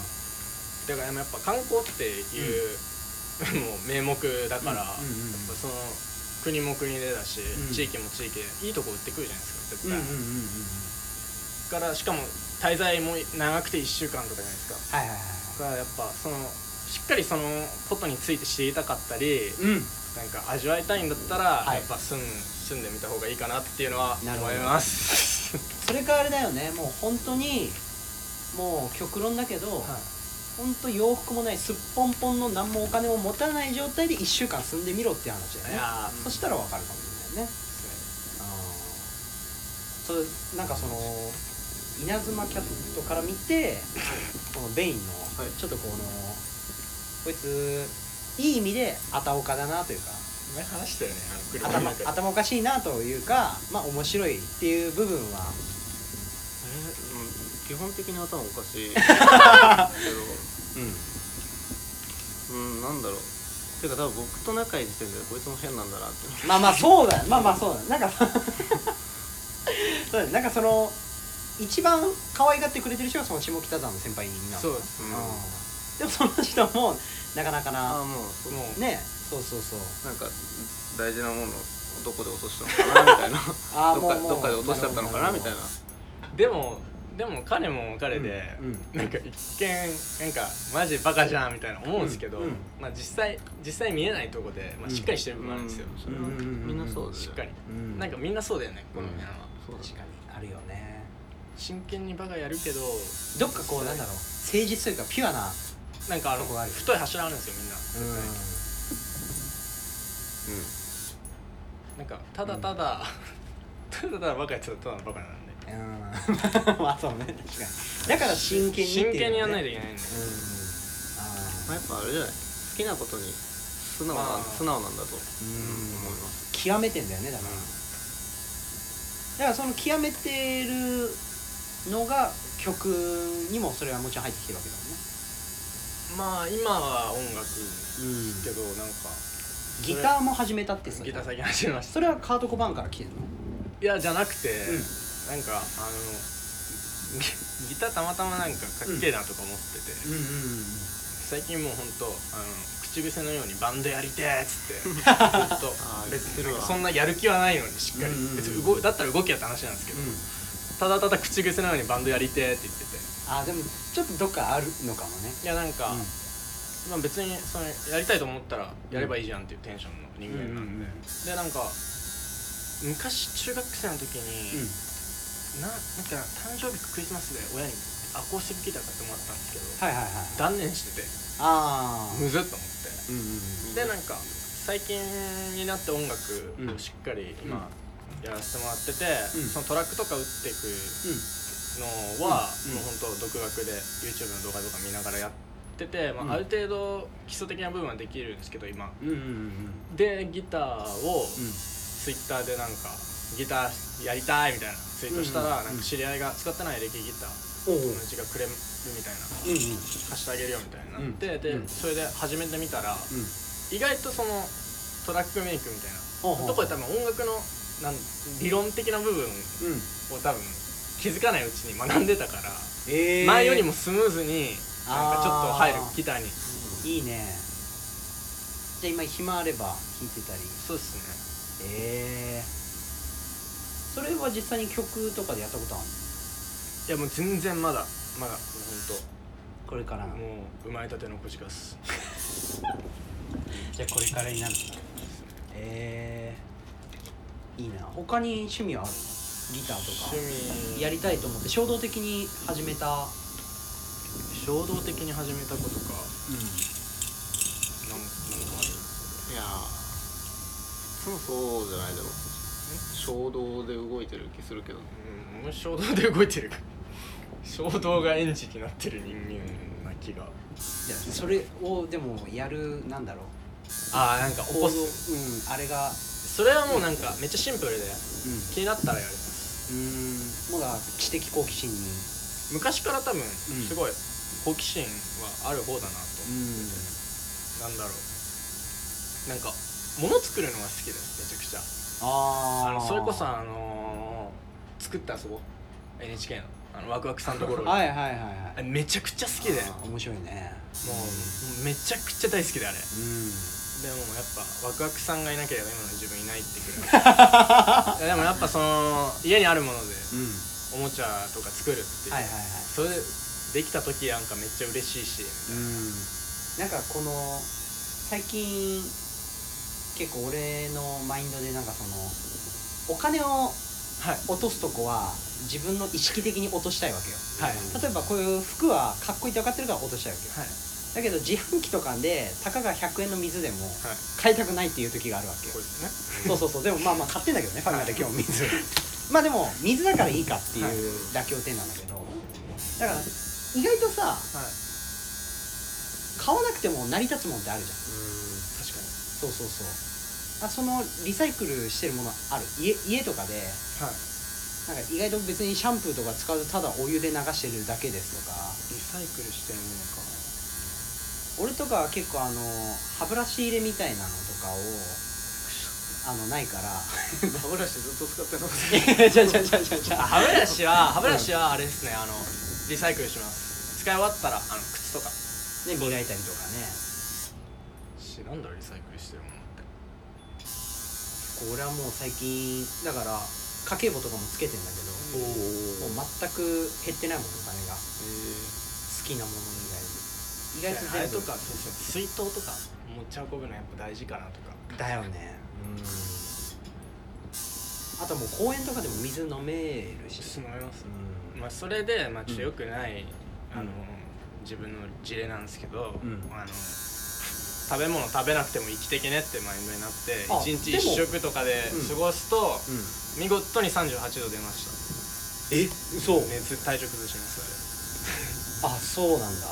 Speaker 2: だからやっぱ観光っていう、もう名目だから、やっ
Speaker 1: うんうんうん
Speaker 2: ぱその国も国でだし、
Speaker 1: うん
Speaker 2: 地域も地域でいいとこ売ってくるじゃないですか絶
Speaker 1: うんう
Speaker 2: 対、
Speaker 1: んうんうんうん
Speaker 2: からしかも滞在も長くて1週間とかじゃないですか
Speaker 1: はいはいは
Speaker 2: だからやっぱそのしっかりそのことについて知りたかったり、
Speaker 1: いうん
Speaker 2: なんか味わいたいんだったら、
Speaker 1: はい
Speaker 2: やっぱ住ん住んでみた方がいいかなっていうのは
Speaker 1: なるほ
Speaker 2: 思
Speaker 1: ど
Speaker 2: います。
Speaker 1: それかあれだよねもう本当にもう極論だけど、本当洋服もないすっぽんぽんの何もお金も持たない状態で1週間住んでみろっていう話だよ
Speaker 2: い
Speaker 1: ね
Speaker 2: や
Speaker 1: そしたらわかるかもしれないねあーそれなんかその稲妻キャットから見てこのベインの、
Speaker 3: い
Speaker 1: ちょっとこのこいついい意味であたおかだなというか
Speaker 2: ー前話したよねあの車
Speaker 1: 頭
Speaker 2: の中で
Speaker 1: 頭おかしいなというかまあ面白いっていう部分は
Speaker 3: えーうん基本的に頭おか しいけ
Speaker 1: う
Speaker 3: どうんなんだろうてか多分僕と仲いい時点でこいつも変なんだなって
Speaker 1: んまあまあそうだまあまあそうだなんかそうだなんかその一番可愛がってくれてる人がその下北沢の先輩になる
Speaker 2: そう
Speaker 1: う
Speaker 2: で
Speaker 1: ん
Speaker 2: す
Speaker 3: うん
Speaker 1: でもその人もなかなか
Speaker 3: ああ
Speaker 1: な
Speaker 3: もう
Speaker 2: もう
Speaker 1: ねそうそうそう
Speaker 3: なんか大事なものをどこで落としたのかなみた いな
Speaker 1: あー
Speaker 3: どっか
Speaker 1: もうもう
Speaker 3: どっかで落としちゃったのかなみたいな
Speaker 2: でもでも彼も彼で、
Speaker 1: うんうん
Speaker 2: なんか一見なんかマジバカじゃんみたいな思うんですけど、
Speaker 1: うんうん
Speaker 2: まあ実際実際見えないとこで、まあ、しっかりしてる部分あるんですよ、
Speaker 3: うんそれは
Speaker 1: うんうんうんうん
Speaker 3: みんなそうだよ
Speaker 2: しっかり、
Speaker 1: うん
Speaker 2: なんかみんなそうだよねこの辺は、
Speaker 3: そうだ
Speaker 1: 確かにあるよね
Speaker 2: 真剣にバカやるけど
Speaker 1: どっかこうなんだろう誠実というかピュアな
Speaker 2: なんかあの
Speaker 1: そこがある
Speaker 2: 太い柱あるんですよみんな
Speaker 1: う
Speaker 2: なんかただただ、ただただバカやってたらただのバカなんで
Speaker 1: ん うんまあそうね確かにだから真剣にっていう
Speaker 2: 真
Speaker 1: ね
Speaker 2: 剣にやんないといけないんで、
Speaker 1: うんあ
Speaker 3: まあ、やっぱあれじゃない好きなことに素直な、
Speaker 2: まあ
Speaker 3: 素直なんだと、
Speaker 1: ーうん
Speaker 3: 思います
Speaker 1: 極めてんだよねだから、だからその極めてるのが曲にもそれはもちろん入ってきてるわけだもんね
Speaker 2: まあ今は音楽ですけどなんか
Speaker 1: ギターも始めたってさ
Speaker 2: ギター先始めました
Speaker 1: それはカート・コバーンから来てるの
Speaker 2: いやじゃなくて、
Speaker 1: ん
Speaker 2: なんかあのギギターたまたまなんかかっけえなとか思ってて、
Speaker 1: うんうん
Speaker 2: 最近もうほんとあの口癖のようにバンドやりてえっつってず っと
Speaker 3: あー
Speaker 2: 別
Speaker 3: 言ってる
Speaker 2: に
Speaker 3: わ
Speaker 2: そんなやる気はないのにしっかり、
Speaker 1: うんうんうん
Speaker 2: 別に動いだったら動きやって話なんですけど、
Speaker 1: うん
Speaker 2: ただただ口癖のようにバンドやりてえって言ってて
Speaker 1: あでもちょっとどっかあるのかもね
Speaker 2: いやなんか、
Speaker 1: うん
Speaker 2: まあ、別にそのやりたいと思ったらやればいいじゃんっていうテンションの人間なんで、でなんか昔中学生の時に、
Speaker 1: うん
Speaker 2: ななんか誕生日かクリスマスで親にアコースティックギター買ってもらったんですけど、
Speaker 1: はいはいはい
Speaker 2: 断念してて
Speaker 1: ああ
Speaker 2: むずっと思っ
Speaker 1: う
Speaker 2: て
Speaker 1: んうん
Speaker 2: でなんか最近になって音楽をしっかり今やらせてもらってて、
Speaker 1: うん
Speaker 2: そのトラックとか打っていく
Speaker 1: う
Speaker 2: のは、
Speaker 1: うん
Speaker 2: もう本当独学で YouTube の動画とか見ながらやってて、まあ
Speaker 1: うん
Speaker 2: ある程度基礎的な部分はできるんですけど今
Speaker 1: んうんうんうん
Speaker 2: でギターを
Speaker 1: うん
Speaker 2: Twitter でなんかギターやりたいみたいなツイートしたら、
Speaker 1: うん
Speaker 2: なんか知り合いが使ってないエレキギター
Speaker 1: おお
Speaker 2: 友達がくれるみたいな
Speaker 1: うんうん
Speaker 2: 貸してあげるよみたいになって、
Speaker 1: うん
Speaker 2: で、
Speaker 1: うん
Speaker 2: それで始めてみたら、
Speaker 1: うん
Speaker 2: 意外とそのトラックメイクみたい
Speaker 1: ほうほ
Speaker 2: な
Speaker 1: う
Speaker 2: とこで多分音楽のなん理論的な部分を
Speaker 1: うん
Speaker 2: 多分気づかないうちに学んでたから、
Speaker 1: えー、
Speaker 2: 前よりもスムーズになんかちょっと入る
Speaker 1: あー
Speaker 2: ギターに
Speaker 1: いいねじゃあ今暇あれば弾いてたり
Speaker 2: そうですね
Speaker 1: ええそれは実際に曲とかでやったことあるの
Speaker 2: いやもう全然まだまだもう
Speaker 1: これから
Speaker 2: ほんと
Speaker 1: の
Speaker 2: もう生まれたての子じかっす
Speaker 1: じゃあこれからになるんだええいいな他に趣味はあるのギターと
Speaker 2: 趣
Speaker 1: か
Speaker 2: 味
Speaker 1: やりたいと思って衝動的に始めた
Speaker 2: 衝動的に始めたことか
Speaker 1: う
Speaker 2: なんなんかある
Speaker 3: いやーいつもそうじゃないでも衝動で動いてる気するけどね
Speaker 2: うんもう衝動で動いてる衝動がエンジンになってる人間な気
Speaker 1: んいや
Speaker 2: が
Speaker 1: それをでもやるなんだろう
Speaker 2: ああなんか起こす
Speaker 1: うんあれが
Speaker 2: それはもうなんかめっちゃシンプルで
Speaker 1: うんう
Speaker 2: 気になったらやります
Speaker 1: ーんまだ知的好奇心に
Speaker 2: 昔から多分すごい好奇心はある方だなと、
Speaker 1: ん
Speaker 2: なんだろうなんか物作るのが好きでめちゃくちゃ
Speaker 1: あー
Speaker 2: あのそれこそあのー作って遊ぼう NHK のあのワクワクさんのところ
Speaker 1: はいはいはいはい
Speaker 2: あれめちゃくちゃ好きで
Speaker 1: あー面白いね
Speaker 2: もうめちゃくちゃ大好きであれ
Speaker 1: うん
Speaker 2: でもやっぱワクワクさんがいなければ今の自分いないってくらいい やでもやっぱその家にあるもので
Speaker 1: うん
Speaker 2: おもちゃとか作るっていう、
Speaker 1: はいはいはい
Speaker 2: それできた時なんかめっちゃ嬉しいし
Speaker 1: うんなんかこの最近結構俺のマインドでなんかそのお金を
Speaker 2: はい
Speaker 1: 落とすとこは自分の意識的に落としたいわけよ
Speaker 2: はい
Speaker 1: 例えばこういう服はかっこいいって分かってるから落としたいわけよ
Speaker 2: はい
Speaker 1: だけど自販機とかでたかが100円の水でも
Speaker 2: はい
Speaker 1: 買いたくないっていう時があるわけよ
Speaker 2: これですね
Speaker 1: そうそうそうでもまあまあ買ってんだけどねファミマで今日 水まあでも水だからいいかっていう妥協点なんだけどだから意外とさ
Speaker 2: はい
Speaker 1: 買わなくても成り立つもんってあるじゃん
Speaker 2: 確かに
Speaker 1: そうそうそうあそのリサイクルしてるものある家家とかで
Speaker 2: はい
Speaker 1: なんか意外と別にシャンプーとか使わずただお湯で流してるだけですとか
Speaker 2: リサイクルしてるものか
Speaker 1: 俺とかは結構あの歯ブラシ入れみたいなのとかをあのないから
Speaker 3: 歯ブラシずっと使ってなかっ
Speaker 1: じゃじゃじゃじゃじゃ
Speaker 2: 歯ブラシは歯ブラシはあれですねあのリサイクルします使い終わったらあの靴と か
Speaker 1: ね磨いたりとかね
Speaker 2: しなんだろうリサイクルしてるものって
Speaker 1: こう俺はもう最近だから家計簿とかもつけてんだけ
Speaker 3: お
Speaker 1: ど、
Speaker 3: お
Speaker 1: もう全く減ってないもんお金が好
Speaker 3: え
Speaker 1: きなもの以外に意外と
Speaker 2: あれ
Speaker 1: 全部
Speaker 2: とかそうそう水筒とか持ち運ぶのやっぱ大事かなとか
Speaker 1: だよねうんあともう公園とかでも水飲めるし、
Speaker 2: 思います
Speaker 1: うん
Speaker 2: まあそれでまあちょっと良くない、
Speaker 1: うん
Speaker 2: あ
Speaker 1: う
Speaker 2: の
Speaker 1: ん
Speaker 2: 自分の事例なんですけど、
Speaker 1: うん
Speaker 2: あの食べ物食べなくても生きてけねってマインドになって
Speaker 1: あ
Speaker 2: 一日
Speaker 1: で
Speaker 2: 一
Speaker 1: も
Speaker 2: 食とかで
Speaker 1: うん
Speaker 2: 過ごすと、
Speaker 1: うん、
Speaker 2: 見事に38度出ました
Speaker 1: え嘘
Speaker 2: 熱体調崩します
Speaker 1: あそうなんだ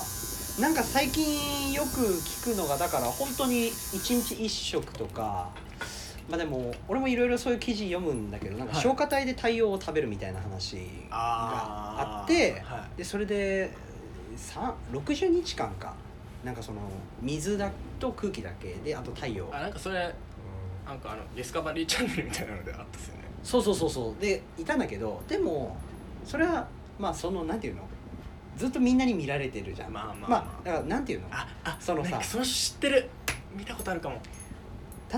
Speaker 1: なんか最近よく聞くのがだから本当に一日一食とかまあでも俺もいろいろそういう記事読むんだけどなんか
Speaker 2: はい
Speaker 1: 消化体で太陽を食べるみたいな話があ
Speaker 2: あれ
Speaker 1: って
Speaker 2: は
Speaker 1: でそれでさ60日間かなんかその水だと空気だけであと太陽
Speaker 2: い、あなんかそれなんかあのディスカバリーチャンネルみたいなのであったですよね
Speaker 1: そうそうそうそうでいたんだけどでもそれはまあそのなんていうのずっとみんなに見られてるじゃん
Speaker 2: まあまあまあ
Speaker 1: だからなんていうの
Speaker 2: ああ
Speaker 1: そのさ
Speaker 2: なんかその知ってる見たことあるかも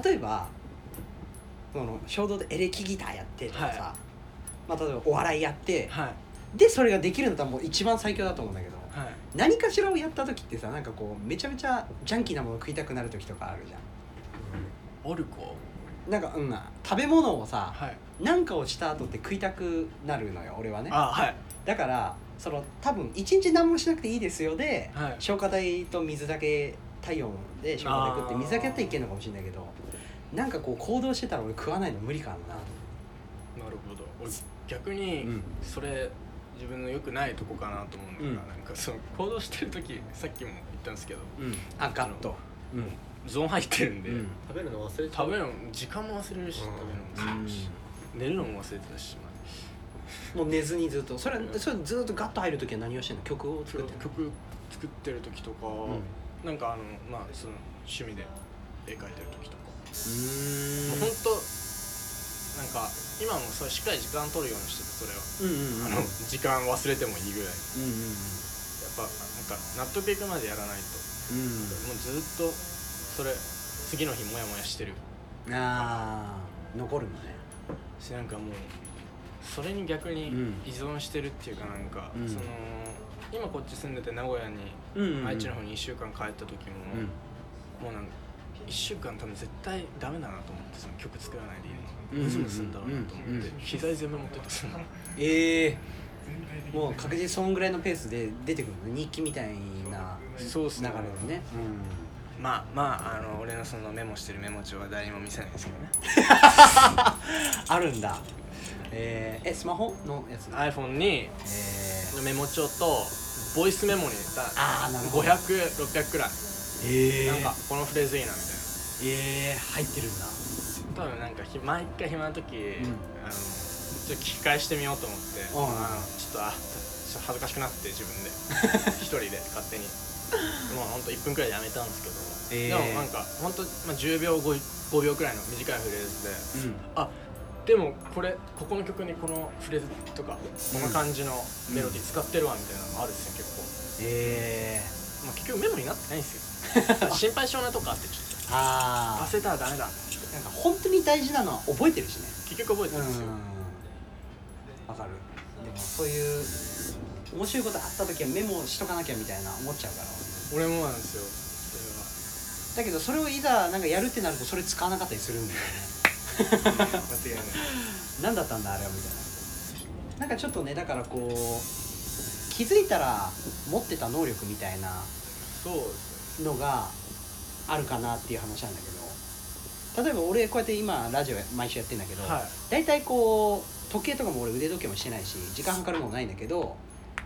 Speaker 1: 例えばその衝動でエレキギターやってとかさ、
Speaker 2: は
Speaker 1: まあ、例えばお笑いやって
Speaker 2: はい
Speaker 1: でそれができるのとはもう一番最強だと思うんだけど
Speaker 2: はい
Speaker 1: 何かしらをやった時ってさなんかこうめちゃめちゃジャンキーなもの食いたくなる時とかあるじゃん
Speaker 2: オルコ
Speaker 1: なんかうん食べ物をさ
Speaker 2: はい
Speaker 1: なんかをした後って食いたくなるのよ俺はね
Speaker 2: あはい
Speaker 1: だからその多分一日何もしなくていいですよで、
Speaker 2: はい
Speaker 1: 消化体と水だけ体温で消化体食って
Speaker 2: あー
Speaker 1: 水だけやったらいけるのかもしれないけどなんかこう行動してたら俺食わないの無理かもな
Speaker 2: なるほど俺逆に
Speaker 1: うん
Speaker 2: それ自分の良くないとこかなと思うのが、
Speaker 1: うん
Speaker 2: なんかその行動してる時さっきも言ったんですけど
Speaker 1: うんあガッとうん
Speaker 2: ゾーン入ってるんで、
Speaker 1: うん
Speaker 3: 食べるの忘れちゃう
Speaker 2: 食べるの時間も忘れるし、
Speaker 3: うん
Speaker 2: 食べるのも忘れるし、寝るのも忘れてたし、まあ
Speaker 1: もう寝ずにずっとそれそれずっとガッと入る時は何をしてんの曲を
Speaker 2: そ
Speaker 1: 作
Speaker 2: れ
Speaker 1: っ
Speaker 2: を
Speaker 1: てんの
Speaker 2: 曲作ってる時とか、
Speaker 1: うんう
Speaker 2: なんかあのまあその趣味で絵描いてる時とか、もう
Speaker 1: ー
Speaker 2: 本
Speaker 1: ん
Speaker 2: 当なんか今もそうしっかり時間取るようにしててそれは、
Speaker 1: うんうんうん
Speaker 2: あの時間忘れてもいいぐらいやっ
Speaker 1: うんうん
Speaker 2: ぱなんか納得いくまでやらないと
Speaker 1: う
Speaker 2: もうずっとそれ次の日モヤモヤしてる
Speaker 1: んああ残るのね
Speaker 2: しなんかもうそれに逆に
Speaker 1: うん
Speaker 2: 依存してるっていうかなんか、
Speaker 1: うん
Speaker 2: その今こっち住んでて名古屋に
Speaker 1: うんうんうん
Speaker 2: 愛知の方に1週間帰った時も、
Speaker 1: うん
Speaker 2: もうなんか1週間多分絶対ダメだなと思ってその曲作らないでいい
Speaker 1: うん
Speaker 2: のムズムズするんだろうなと
Speaker 1: う
Speaker 2: 思
Speaker 1: ん
Speaker 2: っ
Speaker 1: うん
Speaker 2: て機材全部持ってったその
Speaker 1: ええもう確実にそんぐらいのペースで出てくるの日記みたいな
Speaker 2: そうっ
Speaker 1: 流れでね、
Speaker 2: まあまああの俺のそのメモしてるメモ帳は誰にも見せないですけどね
Speaker 1: あるんだえー、えスマホのやつだ
Speaker 2: iPhone に
Speaker 1: えー、
Speaker 2: メモ帳とボイスメモにだ
Speaker 1: あーなるほど
Speaker 2: 500600くらい
Speaker 1: え
Speaker 2: なんかこのフレーズいいなみた
Speaker 1: えー、入ってるんだ
Speaker 2: いな多分なんかひ毎回暇な時、あのちょっと聞き返してみようと思って、
Speaker 1: うん
Speaker 2: あのちょっとあちょっと恥ずかしくなって自分 で一人で勝手にもうほんと1分くらいでやめたんですけ
Speaker 1: え
Speaker 2: ど、
Speaker 1: ー
Speaker 2: でもなんかほんと、まあ、10秒 5, 5秒くらいの短いフレーズで
Speaker 1: うん
Speaker 2: あでもこれここの曲にこのフレーズとかこの感じのメロディー使ってるわみたいなのもあるんですよ結
Speaker 1: えー、
Speaker 2: 構、まあ、結局メモになってない んですよ心配性なとこあってちょっと
Speaker 1: あ
Speaker 2: 忘れたらダメだ
Speaker 1: ーなんか本当に大事なのは覚えてるしね
Speaker 2: 結局覚えてるんですよ、
Speaker 1: わかるでもそういう面白いことあった時はメモしとかなきゃみたいな思っちゃうから
Speaker 2: 俺もなんですよそ
Speaker 1: だけどそれをいざなんかやるってなるとそれ使わなかったりするんだよね
Speaker 2: れは間違いない
Speaker 1: 何だったんだあれはみたいななんかちょっとねだからこう気づいたら持ってた能力みたいな
Speaker 2: そうですね
Speaker 1: のがあるかなっていう話なんだけど例えば俺こうやって今ラジオ毎週やってんだけど、
Speaker 2: はい
Speaker 1: 大体こう時計とかも俺腕時計もしてないし時間計るものないんだけどこ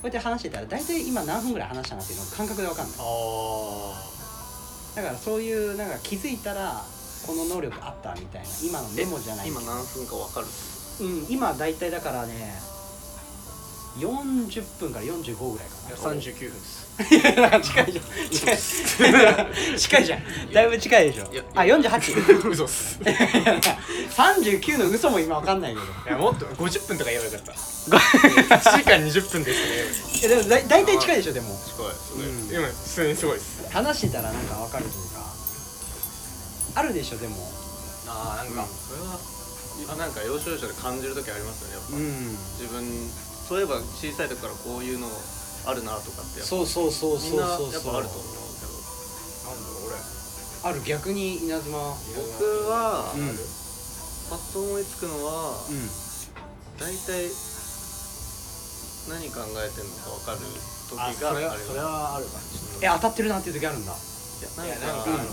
Speaker 1: うやって話してたら大体今何分ぐらい話したなっていうのが感覚で分かんない
Speaker 2: ああ
Speaker 1: だからそういうなんか気づいたらこの能力あったみたいな今のメモじゃない
Speaker 3: 今何分か分かる
Speaker 1: うん今大体だからね40分から45ぐらいか
Speaker 2: い
Speaker 1: な
Speaker 2: や 39分です
Speaker 1: 近いじゃん近い 近いじゃんだいぶ近いでしょ
Speaker 3: いや
Speaker 1: あ48
Speaker 2: 嘘っす
Speaker 1: 39の嘘も今わかんないけど
Speaker 2: いやもっと50分とか言えばよかった1時間20分ですね
Speaker 1: いやでもだい大体近いでしょでも
Speaker 3: 近いすごい、
Speaker 1: うん
Speaker 2: 今普通にすごいです
Speaker 1: 話してたらなんかわかるというかあるでしょでも
Speaker 2: ああなんか、
Speaker 3: それはなんか要所要所で感じる時ありますよねやっぱ、
Speaker 1: ん
Speaker 3: 自分そういえば小さい時からこういうのあるなとかってやっぱ
Speaker 1: そうそうそう
Speaker 3: み
Speaker 1: そ
Speaker 3: ん
Speaker 1: う
Speaker 3: なやっ
Speaker 1: そう
Speaker 3: ぱあると思うけど
Speaker 2: なんだろう俺
Speaker 1: ある逆に稲妻
Speaker 3: 僕は、
Speaker 1: うん
Speaker 3: パッと思いつくのは、大体何考えてるのか分かる時があ
Speaker 2: あそれ
Speaker 3: る
Speaker 2: はそれはあるわ
Speaker 1: え当たってるなっていう時あるんだ
Speaker 3: うんい
Speaker 2: い
Speaker 3: や
Speaker 2: や
Speaker 3: な
Speaker 2: なんん
Speaker 3: か
Speaker 2: かあの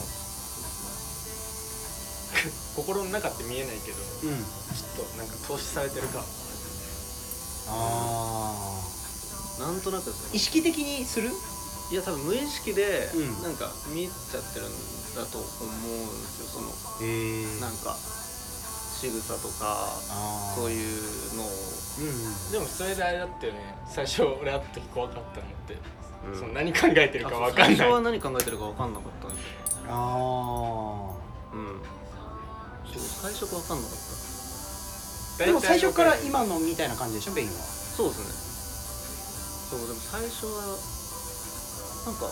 Speaker 2: 心の中って見えないけど
Speaker 1: うん
Speaker 2: ちょっとなんか投資されてるか
Speaker 1: あ
Speaker 3: なんとなくです
Speaker 1: 意
Speaker 3: ね
Speaker 1: 識的にする
Speaker 3: いや多分無意識で、
Speaker 1: うん
Speaker 3: なんか見ちゃってるんだと思うんですよその
Speaker 1: へえ
Speaker 3: なんか仕草とか
Speaker 1: あ
Speaker 3: そう
Speaker 1: う
Speaker 3: いうのを、
Speaker 1: うんうん
Speaker 2: でもそれであれだったよね最初俺会った時怖かったのって、
Speaker 3: うん
Speaker 2: その何考えてるか分かん
Speaker 3: 最初
Speaker 2: ない
Speaker 3: は何考えてるか分かんなかったんですよ
Speaker 1: あ
Speaker 3: うんそう最初分かんなかった
Speaker 1: あでも最初から今のみたいな感じでしょベインは
Speaker 3: そうですねそうでも最初はなんか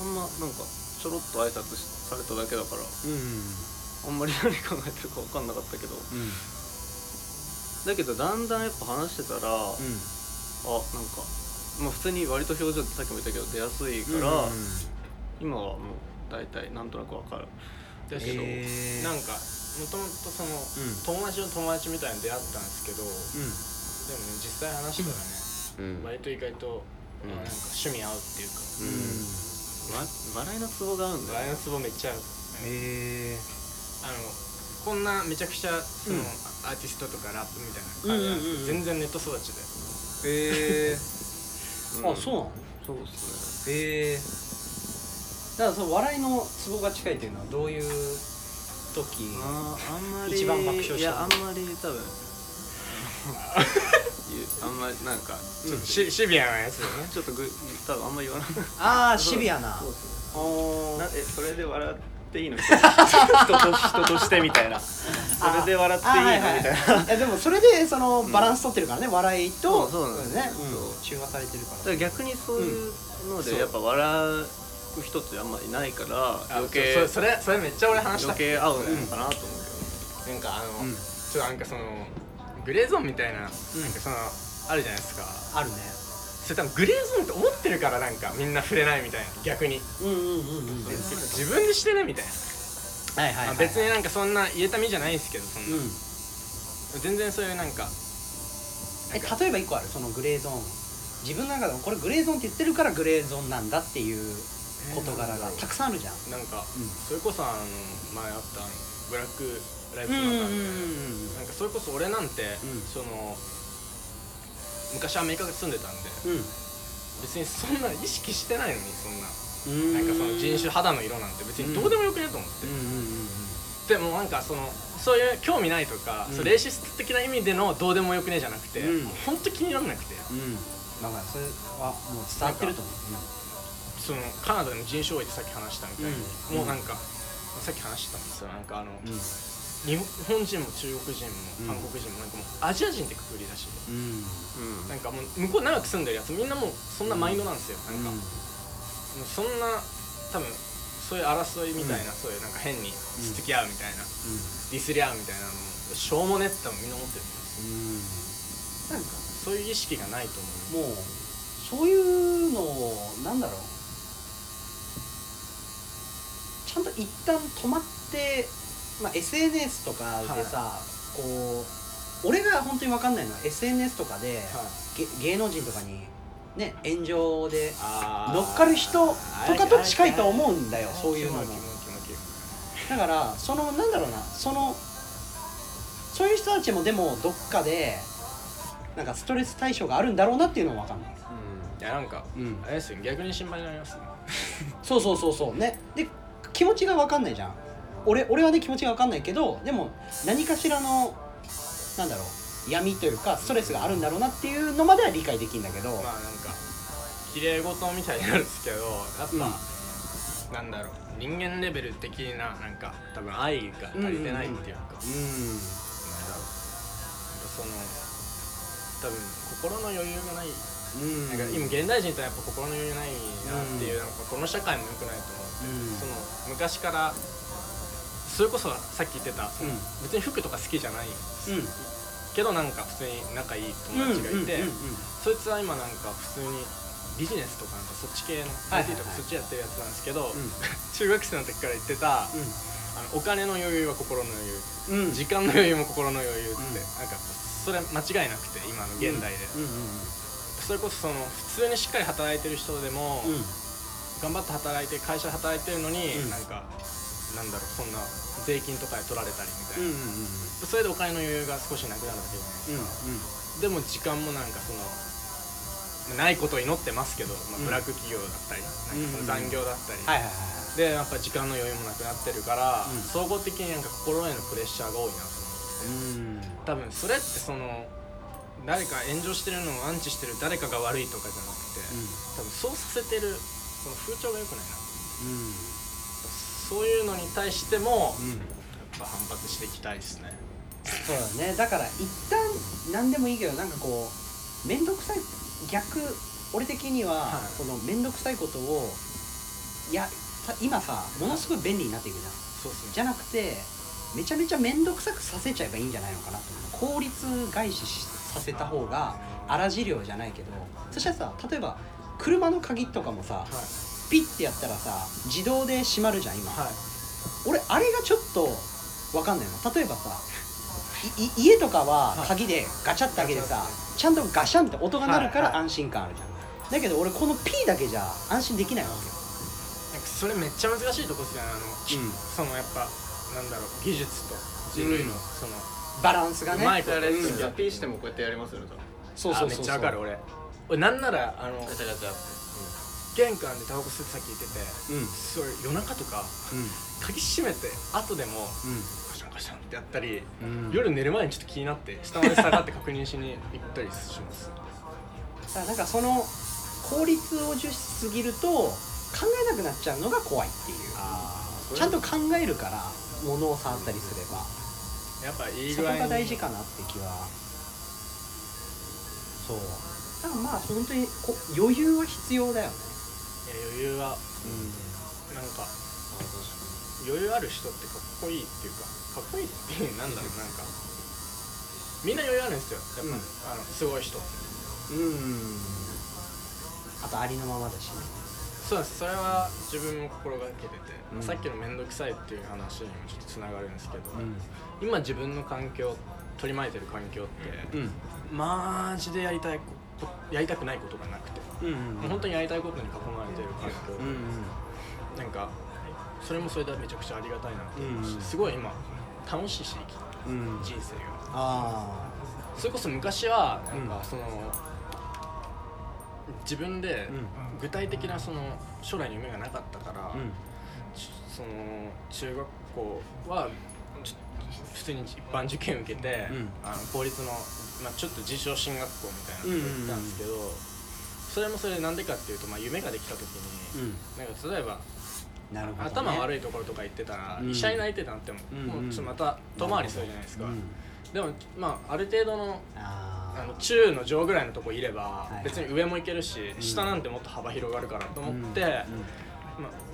Speaker 3: あんまなんかちょろっと挨拶しされただけだから
Speaker 1: うん
Speaker 3: あんまり何考えてるか分かんなかったけど
Speaker 1: うん
Speaker 3: だけどだんだんやっぱ話してたら、あなんかまあ普通に割と表情ってさっきも言ったけど出やすいか
Speaker 1: うん
Speaker 3: ら、今はもう大体なんとなく分かる
Speaker 2: だけど、
Speaker 1: へー
Speaker 2: なんかもともとその、友達の友達みたいなの出会ったんですけど、でも
Speaker 1: うん
Speaker 2: ね実際話したらね、
Speaker 3: うん
Speaker 2: 割と意外と、
Speaker 3: う
Speaker 2: な
Speaker 3: ん
Speaker 2: んか趣味合うっていうか
Speaker 3: うんわ笑いのツボが合うんだ
Speaker 2: ライオ
Speaker 3: よ
Speaker 2: ンツボめっちゃ合う
Speaker 1: へえ
Speaker 2: あのこんなめちゃくちゃその、
Speaker 1: うん
Speaker 2: アアーティストとかラップみたいな感じなんです
Speaker 1: うんうんう
Speaker 2: けど、
Speaker 1: んうん
Speaker 2: 全然ネット育ちで
Speaker 1: へえ
Speaker 3: ん
Speaker 1: あそうなの
Speaker 3: そうっす
Speaker 1: へえだからその笑いのツボが近いっていうのはどういう時
Speaker 3: ねあーあんまり
Speaker 1: 一番爆笑した
Speaker 3: いやあんまり多分 言うあんまりなんかちょっと
Speaker 2: シシビアなやつだよね
Speaker 3: ちょっとぐ多分あんまり言わない
Speaker 1: ああシビアな
Speaker 3: そうそう
Speaker 1: お
Speaker 3: なえそれで笑って いいの人と人としてみたいなそれで笑っていいのみたいな
Speaker 1: な、えでもそれでそのバランス取ってるからね、笑いと
Speaker 3: そうそうなんです
Speaker 1: ね、
Speaker 3: そう
Speaker 1: うん中和されてるから
Speaker 3: だから逆にそういうの
Speaker 2: うん
Speaker 3: でやっぱ笑う人ってあんまりいないから
Speaker 2: あ
Speaker 3: 余計
Speaker 2: そうそれそれめっちゃ俺話した
Speaker 3: 余計合うのかなと思う
Speaker 2: なんかあ
Speaker 1: う
Speaker 2: の、
Speaker 1: ん
Speaker 2: ちょっとなんかそのグレーゾーンみたいな,、なんか
Speaker 1: うん
Speaker 2: そのあるじゃないですか
Speaker 1: あるね
Speaker 2: それ多分グレーゾーンって思ってるからなんかみんな触れないみたいな逆に
Speaker 1: うんうんうんうんはい
Speaker 2: 自分でしてるみたいな、
Speaker 1: はいはい、
Speaker 2: あ別になんかそんな言えた身じゃないですけどそんな、
Speaker 1: うん
Speaker 2: 全然そういうなんか
Speaker 1: え例えば一個あるそのグレーゾーン自分の中でもこれグレーゾーンって言ってるからグレーゾーンなんだっていう事柄がたくさんあるじゃん
Speaker 2: なんか、
Speaker 1: うん
Speaker 2: それこそあの前あったあのブラックライ
Speaker 1: う
Speaker 2: ブ
Speaker 1: ん
Speaker 2: マ
Speaker 1: うんうん
Speaker 2: ターみたいななんかそれこそ俺なんて、
Speaker 1: うん
Speaker 2: その昔アメリカに住んでたんで
Speaker 1: うん
Speaker 2: 別にそんな意識してないのにそんな
Speaker 1: うん
Speaker 2: なんかその人種肌の色なんて別にどうでもよくねと思って、
Speaker 1: うんうんうんうん
Speaker 2: でもなんかそのそういう興味ないとか、
Speaker 1: うん
Speaker 2: そうレイシスト的な意味でのどうでもよくねじゃなくて、
Speaker 1: うん
Speaker 2: もうほんと気にならなくて
Speaker 1: うんだからそれはもう伝わってると思う
Speaker 2: そのカナダでも人種多いってさっき話したみたいに、
Speaker 1: うん
Speaker 2: もうなんか、さっき話してたんですよなんかあの、
Speaker 1: うんうん
Speaker 2: 日本人も中国人
Speaker 1: うん
Speaker 2: も韓国人もなんかもうアジア人ってくくりだし
Speaker 1: うん
Speaker 2: なんかもう向こう長く住んでるやつみんなもうそんなマインドなんですよ、なんかもうそんな多分そういう争いみたいな、そういうなんか変につつき合うみたいな、ディスり合うみたいなのもしょうもねって多分みんな思ってるんです
Speaker 1: うんうんなんか
Speaker 2: そういう意識がないと思う
Speaker 1: もうそういうのをなんだろうちゃんと一旦止まって、まあ、SNS とかでさ、こう俺が本当に分かんないのは SNS とかで、げ芸能人とかにね炎上で
Speaker 2: あー
Speaker 1: 乗っかる人とかと近いと思うんだよ
Speaker 2: あー
Speaker 1: そういうのも
Speaker 2: キモいキモいキモいキモい
Speaker 1: だからそのなんだろうなそのそういう人たちもでもどっかでなんかストレス対象があるんだろうなっていうのは分かんない
Speaker 2: いやなんか
Speaker 1: うん
Speaker 2: あれですよ逆に心配になりますね
Speaker 1: そうそうそうそうねで気持ちが分かんないじゃん俺俺はね気持ちが分かんないけどでも何かしらのなんだろう闇というかストレスがあるんだろうなっていうのまでは理解できるんだけど、
Speaker 2: まあなんか綺麗事みたいになるんですけどやっぱ、なんだろう人間レベル的ななんか多分愛が足りてないっていう
Speaker 1: うん
Speaker 2: か、なんだろうその多分心の余裕がない、
Speaker 1: うん
Speaker 2: なんか今現代人ってやっぱ心の余裕ないなっていう、
Speaker 1: うん
Speaker 2: なんかこの社会も良くないと思って、
Speaker 1: うん
Speaker 2: その昔からそれこそさっき言ってた、
Speaker 1: うん
Speaker 2: 別に服とか好きじゃない
Speaker 1: うん
Speaker 2: けどなんか普通に仲いい友達がいて、
Speaker 1: うんうん
Speaker 2: そいつは今なんか普通にビジネスとかなんかそっち系の
Speaker 1: はいはいはい
Speaker 2: IT とかそっちやってるやつなんですけど、
Speaker 1: うん
Speaker 2: 中学生の時から言ってた、あのお金の余裕は心の余裕、
Speaker 1: うんうんうん
Speaker 2: 時間の余裕も心の余裕っ
Speaker 1: ん
Speaker 2: て、なんかそれ間違いなくて今の現代で、
Speaker 1: うんうん
Speaker 2: それこそその普通にしっかり働いてる人でも、
Speaker 1: うん
Speaker 2: 頑張って働いて会社で働いてるのに、
Speaker 1: うん
Speaker 2: なんかなんだろうそんな税金とかで取られたりみたい
Speaker 1: うん
Speaker 2: な、
Speaker 1: うん
Speaker 2: それでお金の余裕が少しなくなるわけじゃないですか、でも時間もなんかそのまあないことを祈ってますけど、まあ
Speaker 1: うん
Speaker 2: ブラック企業だったり、なんかその残業だったり、
Speaker 1: はいはいはい
Speaker 2: でやっぱ時間の余裕もなくなってるから、
Speaker 1: うん
Speaker 2: 総合的になんか心へのプレッシャーが多いなと思って、
Speaker 1: うん
Speaker 2: 多分それってその誰か炎上してるのをアンチしてる誰かが悪いとかじゃなくて、多分そうさせてるその風潮が良くないなそういうのに対しても、
Speaker 1: うんうん
Speaker 2: やっぱ反発していきたいですね
Speaker 1: そうだねだから一旦何でもいいけどなんかこう面倒くさい逆俺的には、
Speaker 2: はい
Speaker 1: その面倒くさいことをいやた今さものすごい便利になっていくじゃん
Speaker 2: そうっすね
Speaker 1: じゃなくてめちゃめちゃ面倒くさくさせちゃえばいいんじゃないのかなと思う効率外視しさせた方が荒治療じゃないけどそしたらさ例えば車の鍵とかもさ
Speaker 2: はい
Speaker 1: ピッてやったらさ自動で閉まるじゃん今、
Speaker 2: はい
Speaker 1: 俺あれがちょっと分かんないの例えばさいい家とかは鍵でガチャって開けてさ、
Speaker 2: はい
Speaker 1: ちゃんとガシャンって音が鳴るか
Speaker 2: はい
Speaker 1: ら
Speaker 2: はい
Speaker 1: 安心感あるじゃん、だけど俺この P だけじゃ安心できないわけ
Speaker 2: なんかそれめっちゃ難しいとこっすよねあの、
Speaker 1: うん
Speaker 2: そのやっぱなんだろう技術と人類の、
Speaker 3: うん
Speaker 2: その
Speaker 1: バランスが
Speaker 2: う
Speaker 1: ね
Speaker 2: まいこと
Speaker 3: あれ
Speaker 2: 付き
Speaker 3: じ
Speaker 2: 合
Speaker 3: ゃあ
Speaker 2: って
Speaker 3: ピーしてもこうやってやりますよね多分
Speaker 1: そうそうそうそう
Speaker 2: あめっちゃわかる俺俺なんならあの
Speaker 3: ガチャガチャ
Speaker 2: 玄関でタバコ吸ってさっき言ってて
Speaker 1: うんうん
Speaker 2: それ夜中とか鍵閉めて後でもガシャンガシャンってやったり
Speaker 1: うん
Speaker 2: 夜寝る前にちょっと気になって下まで下がって確認しに行ったりします
Speaker 1: だからなんかその効率を重視しすぎると考えなくなっちゃうのが怖いっていう
Speaker 2: あ
Speaker 1: ちゃんと考えるから物を触ったりすれば
Speaker 2: やっぱいい
Speaker 1: そ
Speaker 2: 具
Speaker 1: こ
Speaker 2: 合に
Speaker 1: が大事かなって気はそうだからまあ本当にこ余裕は必要だよね
Speaker 2: いや余裕はなんか余裕ある人ってかっこいいっていうかかっこいいっていうなんだろうなんかみんな余裕あるんですよやっぱ、
Speaker 1: うん
Speaker 2: あのすごい人
Speaker 1: うん、あとありのままだしね
Speaker 2: そうなんですそれは自分も心がけてて、
Speaker 1: うん
Speaker 2: さっきの面倒くさいっていう話にもちょっとつながるんですけど、今自分の環境取り巻いてる環境って、
Speaker 1: うん
Speaker 2: マジでやりたいここやりたくないことがなくて、
Speaker 1: うん
Speaker 2: もう本当にやりたいことに囲まれてる環境、
Speaker 1: うん
Speaker 2: なんかそれもそれでめちゃくちゃありがたいなって思うし、
Speaker 1: うん
Speaker 2: すごい今楽しいし生きて
Speaker 1: うんうん
Speaker 2: る人生が。
Speaker 1: あ
Speaker 2: それこそ昔はなん
Speaker 1: うん
Speaker 2: かその、自分で
Speaker 1: うん
Speaker 2: 具体的なその将来の夢がなかったから、
Speaker 1: あ
Speaker 2: ちその中学校はち普通に一般受験受けて、
Speaker 1: うん
Speaker 2: あの公立の、まあ、ちょっと自称進学校みたいなとこ行ったんですけど、それもそれでなんでかっていうと、まあ、夢ができた時
Speaker 1: う
Speaker 2: に、
Speaker 1: ん
Speaker 2: なんか例えば
Speaker 1: なるほど、ね、
Speaker 2: 頭悪
Speaker 1: い
Speaker 2: いところとか行ってたら、
Speaker 1: うん
Speaker 2: 医者になりてえなっても,、
Speaker 1: うん
Speaker 2: もうちょっとまた遠回りするじゃないですか、でも、まあ、ある程度の
Speaker 1: あ
Speaker 2: あ
Speaker 1: あ
Speaker 2: の中の上ぐらいのとこいれば
Speaker 1: はい
Speaker 2: 別に上も行けるし
Speaker 1: ん
Speaker 2: 下なんてもっと幅広がるからと思って、まあ、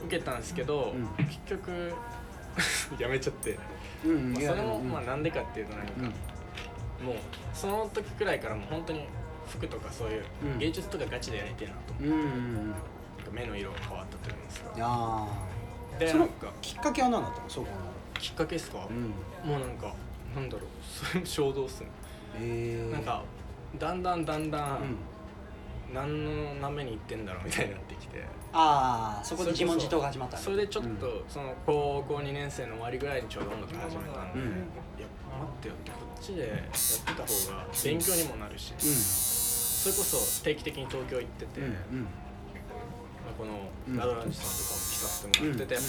Speaker 2: 受けたんですけど、
Speaker 1: うん
Speaker 2: 結局 やめちゃって、
Speaker 1: うんうん
Speaker 2: まあ、それも
Speaker 1: うん
Speaker 2: まあなんでかっていうとなんか、
Speaker 1: うん
Speaker 2: もうその時くらいからもう本当に服とかそういう
Speaker 1: うん
Speaker 2: 芸術とかガチでやりてえなと
Speaker 1: うん
Speaker 2: 思
Speaker 1: うん
Speaker 2: って、なんか目の色が変わったといいますか
Speaker 1: ああ
Speaker 2: で
Speaker 1: そ
Speaker 2: なん
Speaker 1: の
Speaker 2: か
Speaker 1: きっかけは何だったのそうか
Speaker 2: きっかけですか、
Speaker 1: なうん
Speaker 2: もうなんかなんだろうそう いう衝動っすね、
Speaker 1: えー、
Speaker 2: なんかだんだんだんだ
Speaker 1: うん
Speaker 2: ん何のなめに行ってんだろうみたいになってきて。
Speaker 1: ああそこで自問自答が始まった
Speaker 2: それでちょっと、その高校2年生の終わりぐらいにちょうど音楽始めたんで、
Speaker 1: うん
Speaker 2: いや待ってよってこっちでやってた方が勉強にもなるし、
Speaker 1: うん
Speaker 2: それこそ定期的に東京行ってて、
Speaker 1: うん
Speaker 2: ま
Speaker 1: うん
Speaker 2: あ、こ
Speaker 1: うん
Speaker 2: のラドランジさんとかも来させてもらってて、
Speaker 1: うん
Speaker 2: やっ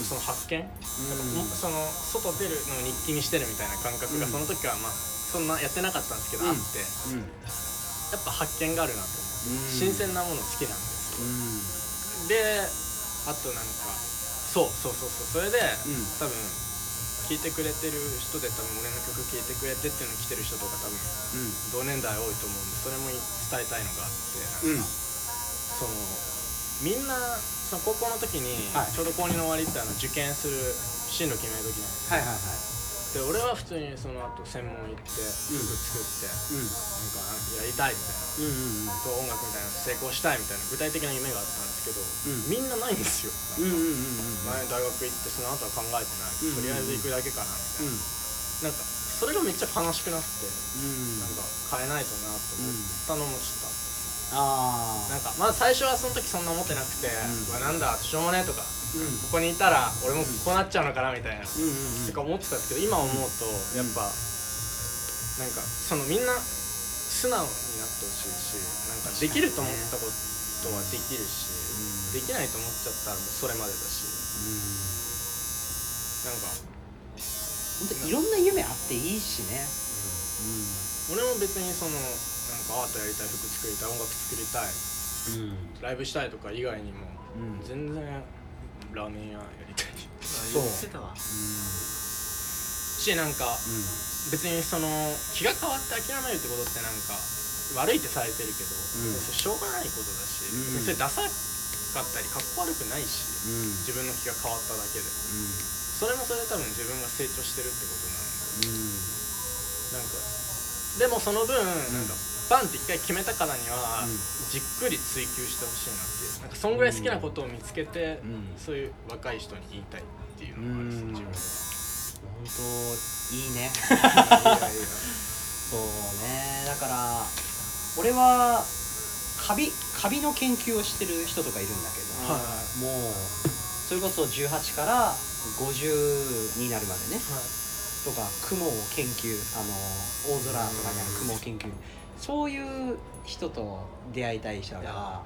Speaker 2: ぱその発見、や
Speaker 1: うん
Speaker 2: っぱその外出るのを日記にしてるみたいな感覚が、
Speaker 1: うん
Speaker 2: その時はまあそんなやってなかったんですけど、
Speaker 1: うん
Speaker 2: あって
Speaker 1: うん
Speaker 2: やっぱ発見があるなと思って、
Speaker 1: うん
Speaker 2: 新鮮なもの好きなんです
Speaker 1: う
Speaker 2: よ
Speaker 1: ん
Speaker 2: であとなんかそうそうそうそうそれで、
Speaker 1: ん
Speaker 2: 多分聴いてくれてる人で多分俺の曲聴いてくれてっていうの来てる人とか多分同年代多いと思うんでそれも伝えたいのがあって、
Speaker 1: うんうん
Speaker 2: そのみんなその高校の時に、
Speaker 1: はい
Speaker 2: ちょうど高2の終わりってあの受験する進路決める時じゃ
Speaker 1: はいはいはい
Speaker 2: ないで俺は普通にその後専門行って曲作って、
Speaker 1: う
Speaker 2: なんかやりたいみたいなん
Speaker 1: うんうん
Speaker 2: と音楽みたいなの成功したいみたいな具体的な夢があったんですけど、
Speaker 1: うん
Speaker 2: みんなないんですよ、
Speaker 1: うんうんうんうん
Speaker 2: 前大学行ってその後は考えてない、
Speaker 1: うん
Speaker 2: とりあえず行くだけかなみたいな、なんかそれがめっちゃ悲しくなってなんか変えないとなと思ったのもちょっとあっ
Speaker 1: あ
Speaker 2: た
Speaker 1: あ
Speaker 2: なんかまあ最初はその時そんな思ってなくて、
Speaker 1: ん
Speaker 2: うわなんだしょうもねえとかこ
Speaker 1: うん
Speaker 2: こにいたら俺もこうなっちゃうのかなみたいな、
Speaker 1: うんうん
Speaker 2: とか思ってたんですけど今思うとやっぱ、なんかそのみんな素直になってほしいしなんかできると思ったことはできるし、できないと思っちゃったらもうそれまでだしなんか
Speaker 1: 本当いろんな夢あっていいしね
Speaker 2: 俺も別にそのなんかアートやりたい服作りたい音楽作りたい
Speaker 1: うんうん
Speaker 2: ライブしたいとか以外にも
Speaker 1: うん
Speaker 2: 全然ラーメン屋やりたい
Speaker 1: そう
Speaker 3: 言ってたわ
Speaker 2: しなんか
Speaker 1: う
Speaker 2: 別にその気が変わって諦めるってことってなんか悪いってされてるけど、
Speaker 1: うん
Speaker 2: 別にしょうがないことだし、
Speaker 1: うん
Speaker 2: 別にそれダサかったりかっこ悪くないし
Speaker 1: んうん
Speaker 2: 自分の気が変わっただけでそれもそれで多分自分が成長してるってことなのでなんかでもその分なんかバンって一回決めたからには、
Speaker 1: うん
Speaker 2: じっくり追求してほしいなっていうなんかそんぐらい好きなことを見つけて、
Speaker 1: うん
Speaker 2: そういう若い人に言いたいっていうのもある
Speaker 1: う
Speaker 2: ん
Speaker 1: ん
Speaker 2: です
Speaker 1: 本当いいね
Speaker 2: 自 分はいやいや
Speaker 1: そうねだから俺はカビカビの研究をしてる人とかいるんだけど、
Speaker 2: はいはい
Speaker 1: もうそれこそ18から50になるまでねとか雲を研究あの大空とかにある雲を研究そういう人と出会いたい人だから
Speaker 2: あ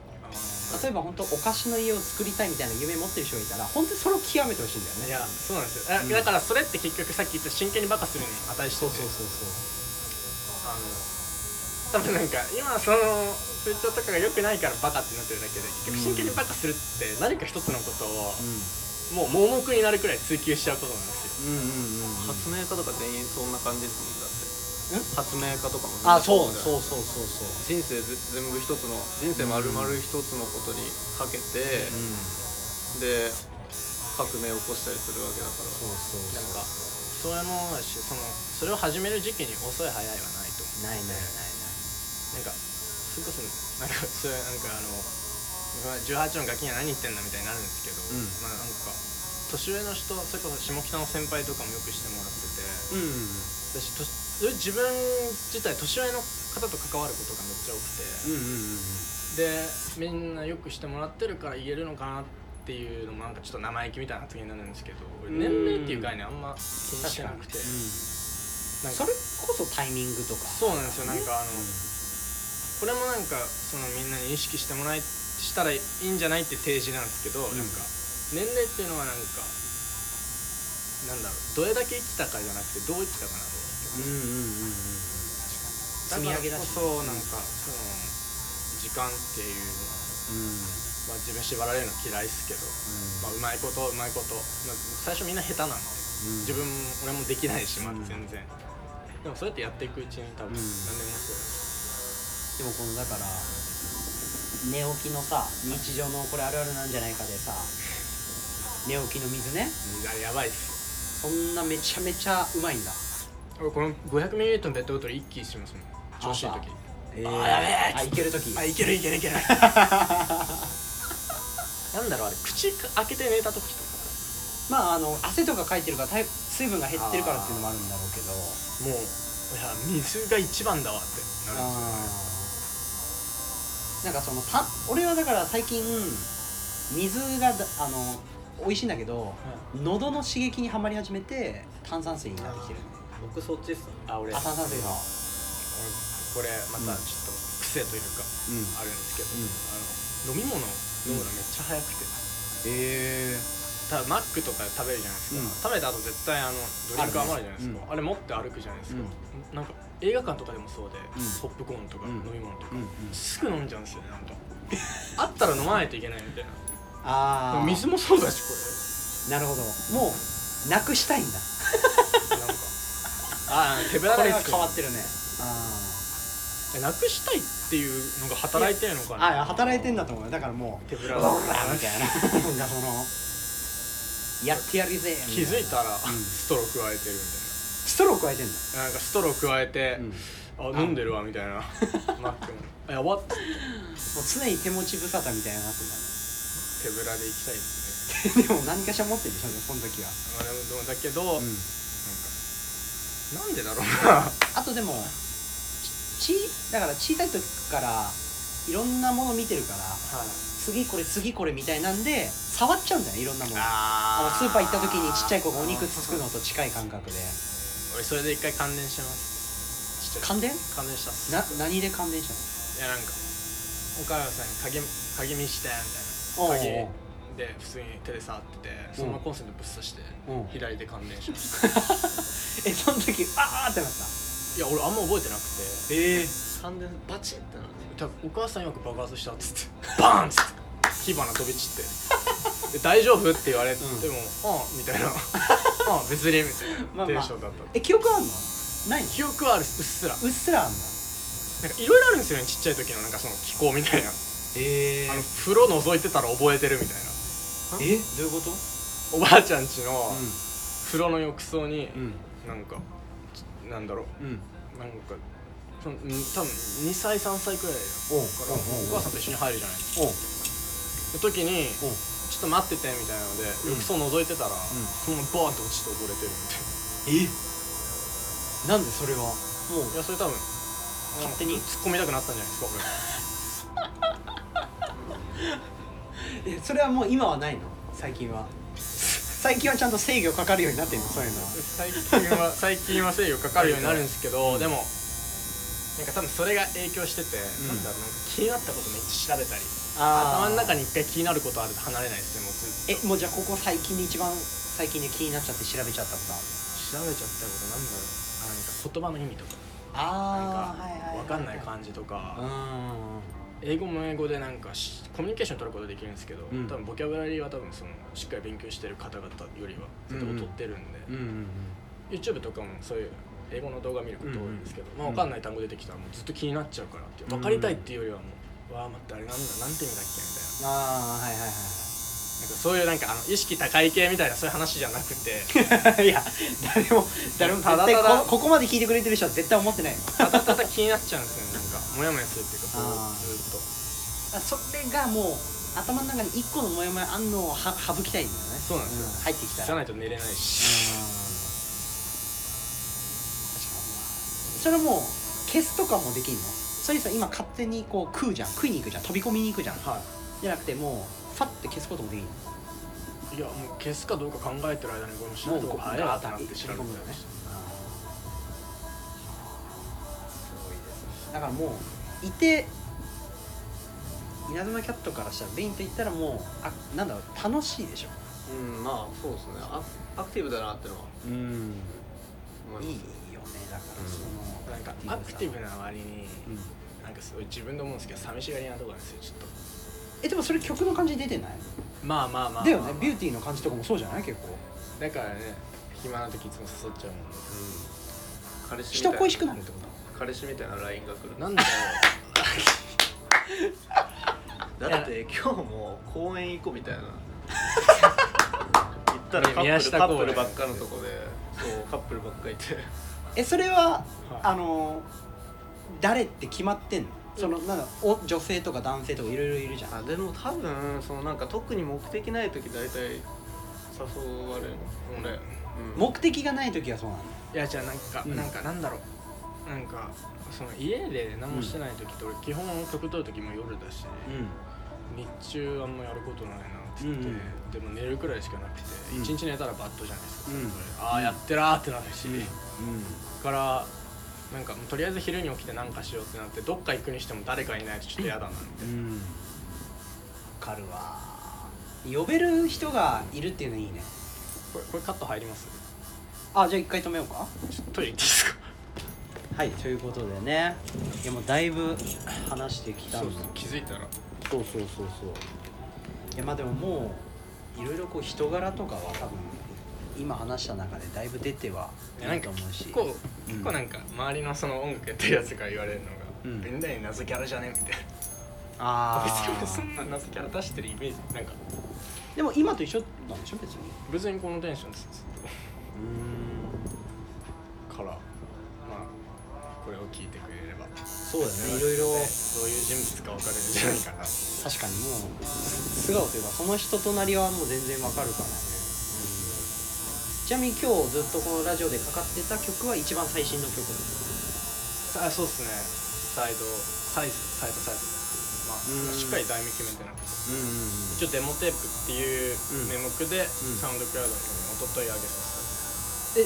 Speaker 1: 例えば本当お菓子の家を作りたいみたいな夢持ってる人がいたら本当にそれを極めてほしいんだよ
Speaker 2: ー
Speaker 1: ね
Speaker 2: いやそうなんですよ、え
Speaker 1: うん
Speaker 2: だからそれって結局さっき言った真剣にバカするに値して
Speaker 1: そう
Speaker 2: て
Speaker 1: そうそうそ
Speaker 2: あの多分なんか今その風潮とかが良くないからバカってなってるだけで結局真剣にバカするって何か一つのことを
Speaker 1: う、
Speaker 2: もう盲目になるくらい追求しちゃうことなんですよ
Speaker 1: うん、うんうんうん
Speaker 3: 発明家とか全員そんな感じですもんだって発明家とかもみんな
Speaker 1: あそう
Speaker 3: じゃん
Speaker 1: そうそうそうそう
Speaker 3: 人生ぜ全部一つの人生丸々一つのことにかけて、
Speaker 1: うん
Speaker 3: で革命を起こしたりするわけだから
Speaker 1: そうそう
Speaker 2: なん
Speaker 1: そ
Speaker 2: かそれもあるしそのそれを始める時期に遅い早いはないと思
Speaker 1: う
Speaker 2: う
Speaker 1: ないないないない
Speaker 2: なんかそれこそなんかそれなんかあの僕は18のガキには何言ってんだみたいになるんですけど、
Speaker 1: うん
Speaker 2: まあなんか年上の人それこそ下北の先輩とかもよくしてもらってて
Speaker 1: うんうん
Speaker 2: 私とそれ自分自体年上の方と関わることがめっちゃ多く
Speaker 1: う
Speaker 2: て、
Speaker 1: んうんうん
Speaker 2: でみんなよくしてもらってるから言えるのかなっていうのもなんかちょっと生意気みたいな発言になるんですけど
Speaker 1: う
Speaker 2: 俺
Speaker 1: ん
Speaker 2: 年齢っていう概念あんま気にしてなく
Speaker 1: う
Speaker 2: て
Speaker 1: ん
Speaker 2: なん
Speaker 1: そ
Speaker 2: か
Speaker 1: れこそタイミングとか
Speaker 2: そうなんですよなんかあ
Speaker 1: う
Speaker 2: の
Speaker 1: ん
Speaker 2: これもなんかそのみんなに意識してもらいしたらいいんじゃないって提示なんですけど、
Speaker 1: ん
Speaker 2: なんか年齢っていうのはなんかなんだろうどれだけ生きたかじゃなくてどう生きたかな
Speaker 1: うん
Speaker 2: んだよ
Speaker 1: うんうんうん
Speaker 2: だ
Speaker 1: 積み
Speaker 2: から
Speaker 1: 上げだ
Speaker 2: こ
Speaker 1: し
Speaker 2: そなんかその時間っていう
Speaker 1: うんうん
Speaker 2: のは、まあ、自分縛られるの嫌いですけど、まあ、うまいことうまいこと、まあ、最初みんな下手なんで
Speaker 1: うん
Speaker 2: 自分も俺もできないしまあ
Speaker 1: うん
Speaker 2: 全然、でもそうやってやっていくうちに多分
Speaker 1: うん
Speaker 2: 何でもそう
Speaker 1: でもこのだから寝起きのさ日常のこれあるあるなんじゃないかでさ寝起きの水ね
Speaker 2: だ、あれやばいっす
Speaker 1: そんなめちゃめちゃうまいんだ
Speaker 2: 俺この 500ml のペットボトル一気にしますもん調子いい時
Speaker 1: えー、
Speaker 2: あやべえ
Speaker 1: あいける時
Speaker 2: あいけるいけるい けるなんだろうあれ口開けて寝た時とか
Speaker 1: まああの汗とかかいてるから体水分が減ってるからっていうのもあるんだろうけど
Speaker 2: もういや水が一番だわってなるんです
Speaker 1: あーな
Speaker 2: よ
Speaker 1: んかそのた俺はだから最近水がだあの美味しいんだけど喉の刺激にはまり始めて炭酸水になってきてるんで
Speaker 3: 僕そっちっす
Speaker 2: あ俺
Speaker 1: あ炭酸水の
Speaker 2: これまたちょっと癖というか
Speaker 1: うん
Speaker 2: あるんですけど、
Speaker 1: うん
Speaker 2: あの飲み物を飲むのめっちゃ早くて、
Speaker 1: え
Speaker 2: ただマックとかで食べるじゃないですか、
Speaker 1: うん
Speaker 2: 食べた後絶対あのドリンク余るじゃないですかあ,、
Speaker 1: あ
Speaker 2: れ持って歩くじゃないですか、なんか映画館とかでもそう
Speaker 1: ん
Speaker 2: で、ポップコーンと
Speaker 1: う
Speaker 2: か
Speaker 1: ん
Speaker 2: 飲み物とか、
Speaker 1: うんうん
Speaker 2: すぐ飲んじゃうんですよねなんか あったら飲まないといけないみたい
Speaker 1: あ
Speaker 2: な
Speaker 1: あ
Speaker 2: 水もそうだし
Speaker 1: なるほどもうなくしたいんだ
Speaker 2: これなんかああ手ぶら
Speaker 1: こ
Speaker 2: で
Speaker 1: れ
Speaker 2: す
Speaker 1: は
Speaker 2: け
Speaker 1: 変わ
Speaker 2: ど
Speaker 1: ってるねあ
Speaker 2: えなくしたいっていうのが働いてるの
Speaker 1: ー
Speaker 2: か
Speaker 1: あい
Speaker 2: な
Speaker 1: や働いてんだと思うよだからもう
Speaker 2: 手ぶ
Speaker 1: ブラ
Speaker 2: ら
Speaker 1: ブラ
Speaker 2: だ
Speaker 1: みたいななんかそのやってやるぜみ
Speaker 2: 気づいたら
Speaker 1: ん
Speaker 2: ストロー加えてるみたいな
Speaker 1: ストロー加えてんだ、
Speaker 2: なんかストロー加えて、
Speaker 1: もう
Speaker 2: あ飲んでるわみたいなマックもあやばっ
Speaker 1: 常に手持ち無沙汰みたいになってんだ
Speaker 2: 手ぶらで行きたいですね
Speaker 1: ねでも何かしら持ってるでしょその時は、
Speaker 2: まあでもでもだけど、なんかなんでだろう
Speaker 1: あとでもちちだから小さい時からいろんなもの見てるから
Speaker 2: な、はい、
Speaker 1: 次これ次これみたいなんで触っちゃうんだよいろんなものあの
Speaker 2: あ
Speaker 1: スーパー行った時にちっちゃい子がお肉つ
Speaker 2: つ
Speaker 1: つくのと近い感覚で
Speaker 2: 俺それで一回感電してますちっちゃい
Speaker 1: 感電
Speaker 2: 感電したっす
Speaker 1: な何で感電した
Speaker 2: いやなんかお母さんに鍵「鍵見して」み
Speaker 1: の
Speaker 2: たいな
Speaker 1: おう
Speaker 2: 鍵で普通に手で触っててそのままコンセントぶっ刺して、
Speaker 1: おううん
Speaker 2: 左で感電しました
Speaker 1: えその時あーってなった
Speaker 2: いや俺あんま覚えてなくて
Speaker 1: ええ
Speaker 3: 完全にバチッてなって
Speaker 2: 多分お母さんよく爆発したっつってバーンっつって火花飛び散 ってで大丈夫って言われても、
Speaker 1: うん
Speaker 2: ああみ たいなああ別にみた
Speaker 1: まあまあ
Speaker 2: いなテンションだった、
Speaker 1: え記憶あんのないの
Speaker 2: 記憶はあるうっすら
Speaker 1: うっすらあんの
Speaker 2: なんかいろいろあるんですよねちっちゃい時のなんかその気候みたいな、
Speaker 1: ええ
Speaker 2: あの風呂覗いてたら覚えてるみたいな
Speaker 1: えどういうこと
Speaker 2: おばあちゃんちの
Speaker 1: う
Speaker 2: 風呂の浴槽に
Speaker 1: んうん
Speaker 2: なんか、なんだろ
Speaker 1: うん
Speaker 2: うなんかそのうん多分2歳3歳くらいだ
Speaker 1: おう
Speaker 2: からお母さんと一緒に入るじゃない
Speaker 1: おう
Speaker 2: の時に
Speaker 1: おう
Speaker 2: ちょっと待っててみたいなので
Speaker 1: うん
Speaker 2: 浴槽覗いてたら、そのままバーンって落ちて溺れてるみたいな
Speaker 1: えなんでそれはも
Speaker 2: いやそれ多分
Speaker 1: 勝手に
Speaker 2: 突っ込みたくなったんじゃないですか俺
Speaker 1: うえそれはもう今はないの最近は最近はちゃんと制御かかるようになってんのそういうのは
Speaker 2: 最近 は最近は制御かかるようになるんですけど、でもなんか多分それが影響してて、
Speaker 1: ん
Speaker 2: なんだろうなんか気になったことめっちゃ調べたり
Speaker 1: あー
Speaker 2: 頭の中に一回気になることあると離れないですねもうずっと
Speaker 1: えもうじゃあここ最近で一番最近で気になっちゃって調べちゃったことある
Speaker 2: 調べちゃったことなんだろうあなんか言葉の意味とか
Speaker 1: あ
Speaker 2: なんか分かんない感じとか、
Speaker 1: う
Speaker 2: 英語も英語でなんかしコミュニケーション取ることできるんですけど、
Speaker 1: うん
Speaker 2: 多分ボキャブラリーは多分そのしっかり勉強してる方々よりはずっと劣ってるんで、
Speaker 1: んうん
Speaker 2: YouTube とかもそういう英語の動画見ること多いんですけど、
Speaker 1: うん
Speaker 2: まあ、分かんない単語出てきたらもうずっと気になっちゃうからっていう分かりたいっていうよりはもう、わあ待ってあれなんだなんて意味だっけみたいな
Speaker 1: ああはいはい
Speaker 2: なんかそういうなんかあの意識高い系みたいなそういう話じゃなくて
Speaker 1: はい いや誰も誰も
Speaker 2: ただ
Speaker 1: 絶対
Speaker 2: ただ
Speaker 1: こここまで聞いてくれてる人は絶対思ってないよ
Speaker 2: ただただ気になっちゃうんですよねなんかモヤモヤするっていうかこ
Speaker 1: あ
Speaker 2: う
Speaker 1: ー
Speaker 2: ずっと
Speaker 1: あそれがもう頭の中に一個のモヤモヤあんのをは省きたいんだよね
Speaker 2: そうなんですよ
Speaker 1: 入ってきたら
Speaker 2: じゃないと寝れないし、
Speaker 1: それもう消すとかもできんのそれさ今勝手にこう食うじゃん食いに行くじゃん飛び込みに行くじゃん
Speaker 2: は
Speaker 1: じゃなくてもうファッて消すこともできんの
Speaker 2: いいやもう消すかどうか考えてる間にこのシナリオが早いなってなって調べてまし
Speaker 1: だからもういて稲妻キャットからしたらベインと言ったらもうあなんだろう楽しいでしょ
Speaker 3: うんまあそうですねアアクティブだなってのは
Speaker 1: うん
Speaker 3: 思い
Speaker 1: い
Speaker 3: ま
Speaker 1: い
Speaker 3: す
Speaker 1: よねだから
Speaker 3: うん
Speaker 1: その、
Speaker 2: たなんかアクティブな割に
Speaker 1: うん
Speaker 2: なんかすごい自分で思うんですけど寂しがり屋なとこなんですよちょっと
Speaker 1: えでもそれ曲の感じ出てない
Speaker 2: まあまあまあまあまあ
Speaker 1: だよねビューティーの感じとかもそうじゃない結構
Speaker 2: だからね暇な時いつも誘っちゃうもんね
Speaker 3: うん彼氏みた
Speaker 1: 人
Speaker 3: い
Speaker 1: 恋しくなるってこと
Speaker 3: 彼氏みたいな LINE が来る
Speaker 2: なんだよ
Speaker 3: だって今日も公園行こうみ たいな行ったらカ
Speaker 2: 宮
Speaker 3: ップル
Speaker 2: 下
Speaker 3: カ
Speaker 2: 公園
Speaker 3: ップルばっかのとこでそうカップルばっかいて
Speaker 1: えそれは、
Speaker 2: はい
Speaker 1: あの誰って決まってんのそのなんだお女性とか男性とかいろいろいるじゃん
Speaker 3: あでも多分そのなんか特に目的ない時大体誘われる俺、うん
Speaker 1: 目的がない時はそうなんだ
Speaker 2: いやじゃあなんか、
Speaker 1: うん
Speaker 2: なんかなんだろうなんかその家で何もしてない時と俺基本曲撮る時も夜だし、日中あんまやることないなって言って、
Speaker 1: うん
Speaker 2: でも寝るくらいしかなくて
Speaker 1: うん
Speaker 2: 一、日寝たらバッドじゃないです
Speaker 1: う
Speaker 2: か、
Speaker 1: ん
Speaker 2: それああやってらーってなるし、だ
Speaker 1: うん
Speaker 2: からなんかもうとりあえず昼に起きて何かしようってなってどっか行くにしても誰かいないとちょっと嫌だなみたいな
Speaker 1: うんわかるわ呼べる人がいるっていうのいいね
Speaker 2: これこれカット入ります
Speaker 1: あじゃあ一回止めようか
Speaker 2: ちょっとトイレ行っていいですか
Speaker 1: はいということでねいやもうだいぶ話してきたんで
Speaker 2: 気づいたら
Speaker 1: そうそうそうそういやまあでももういろいろこう人柄とかは多分今話した中でだいぶ出ては
Speaker 2: でないん
Speaker 1: ると
Speaker 2: か
Speaker 1: 思うし
Speaker 2: 結構、
Speaker 1: うん
Speaker 2: 結構なんか周りのその音楽やってるやつから言われるのが「
Speaker 1: うん
Speaker 2: みんなに謎キャラじゃね?」みたいな
Speaker 1: あ
Speaker 2: 別 にそ
Speaker 1: あ
Speaker 2: んな謎キャラ出してるイメージなんか
Speaker 1: でも今と一緒なんでしょ別に
Speaker 2: 別にこのテンションですずっとからまあこれを聞いてくれれば
Speaker 1: そうだねい
Speaker 2: い
Speaker 1: ろ
Speaker 2: ろ
Speaker 1: い
Speaker 2: い
Speaker 1: ろ
Speaker 2: ろどういう人物か分かるんじゃないかな
Speaker 1: 確かにもう素顔というかその人となりはもう全然わかるからね、ちなみに今日ずっとこのラジオでかかってた曲は一番最新の曲です
Speaker 2: あそうっすねサイドサイズサイドサイズま
Speaker 1: うん
Speaker 2: あしっかり題名決めてなくて
Speaker 1: うんうん
Speaker 2: 一応デモテープっていう名目で、
Speaker 1: ん
Speaker 2: サウンドクラウドに一昨日上げました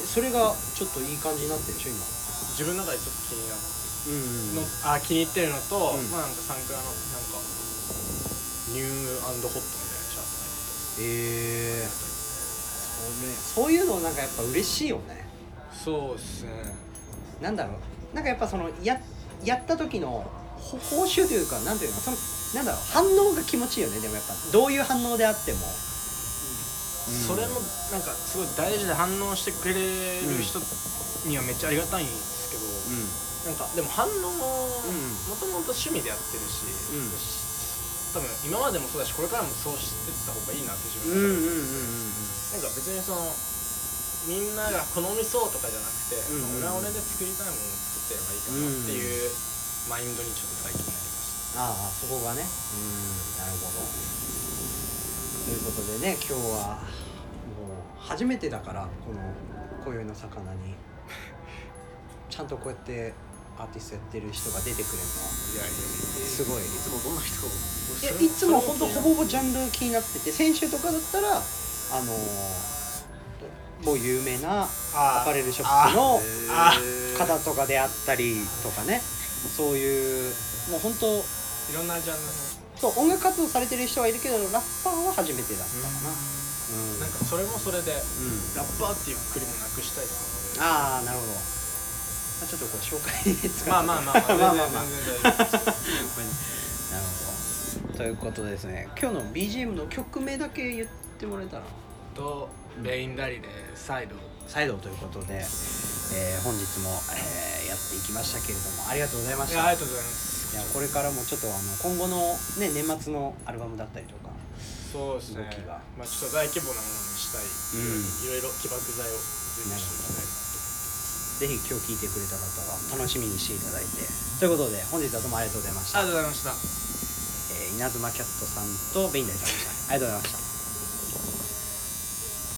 Speaker 1: えそれがちょっといい感じになってるでしょ今
Speaker 2: 自分の中でちょっと気になって
Speaker 1: うん
Speaker 2: のあ気に入ってるのと、
Speaker 1: うん
Speaker 2: まあなんかサンクラのなんかニューアンドホットみたいなシャツ
Speaker 1: ええそういうのなんかやっぱ嬉しいよね
Speaker 2: そうですね
Speaker 1: なんだろうなんかやっぱそのややった時のほ報酬というかなんていうのそのなんだろう反応が気持ちいいよねでもやっぱどういう反応であっても
Speaker 2: それもなんかすごい大事で反応してくれる人にはめっちゃありがたいんですけど、
Speaker 1: う
Speaker 2: なんかでも反応も
Speaker 1: うん
Speaker 2: もともと趣味でやってるし、
Speaker 1: うん
Speaker 2: 多分今までもそうだしこれからもそうしてった方がいいなって自分
Speaker 1: んうん
Speaker 2: の中
Speaker 1: うんうん
Speaker 2: で
Speaker 1: うん
Speaker 2: なんか別にそのみんなが好みそうとかじゃなくて、
Speaker 1: うんうん
Speaker 2: まあ俺は俺で作りたいものを作ってればいいかなっていうマインドにちょっと最近なりまし
Speaker 1: ああそこがねうんなるほどということでね今日はもう初めてだからこの「今宵の魚に」ちゃんとこうやってアーティストやってる人が出てくれるのは
Speaker 2: たいやいや
Speaker 1: すごい
Speaker 3: いつもどんな人が
Speaker 1: いやいつも本当ほぼほぼジャンル気になってて先週とかだったらあのー某有名なアパレルショップの
Speaker 2: あ
Speaker 1: 方とかであったりとかねそういうもう本当
Speaker 2: いろんなジャンルの
Speaker 1: そう音楽活動されてる人はいるけどラッパーは初めてだったかな、うん
Speaker 2: なんかそれもそれで
Speaker 1: うん
Speaker 2: ラッパーっていうくくりもなくしたいとか
Speaker 1: ああなるほど、まあ、ちょっとこう紹介に使って
Speaker 2: まあまあまあ
Speaker 1: まあまあまあ
Speaker 2: 全然大丈夫です
Speaker 1: なるほどということですね今日の BGM の曲名だけ言ってもらえたら
Speaker 2: とレインダリでサイド
Speaker 1: 再度ということで、えー本日も、えーやっていきましたけれどもありがとうございまし
Speaker 2: い
Speaker 1: た
Speaker 2: やありがとうございます
Speaker 1: いやこれからもちょっとあの今後の、ね、年末のアルバムだったりとか
Speaker 2: そうですね
Speaker 1: 動きが
Speaker 2: まあちょっと大規模なものにしたい、
Speaker 1: ん
Speaker 2: いろいろ起爆剤を準備していきたいな
Speaker 1: ぜひ今日聴いてくれた方は楽しみにしていただいてということで本日はどうもありがとうございました
Speaker 2: ありがとうございました
Speaker 1: えー稲妻キャットさんとベインダイさんでした。ありがとうございました。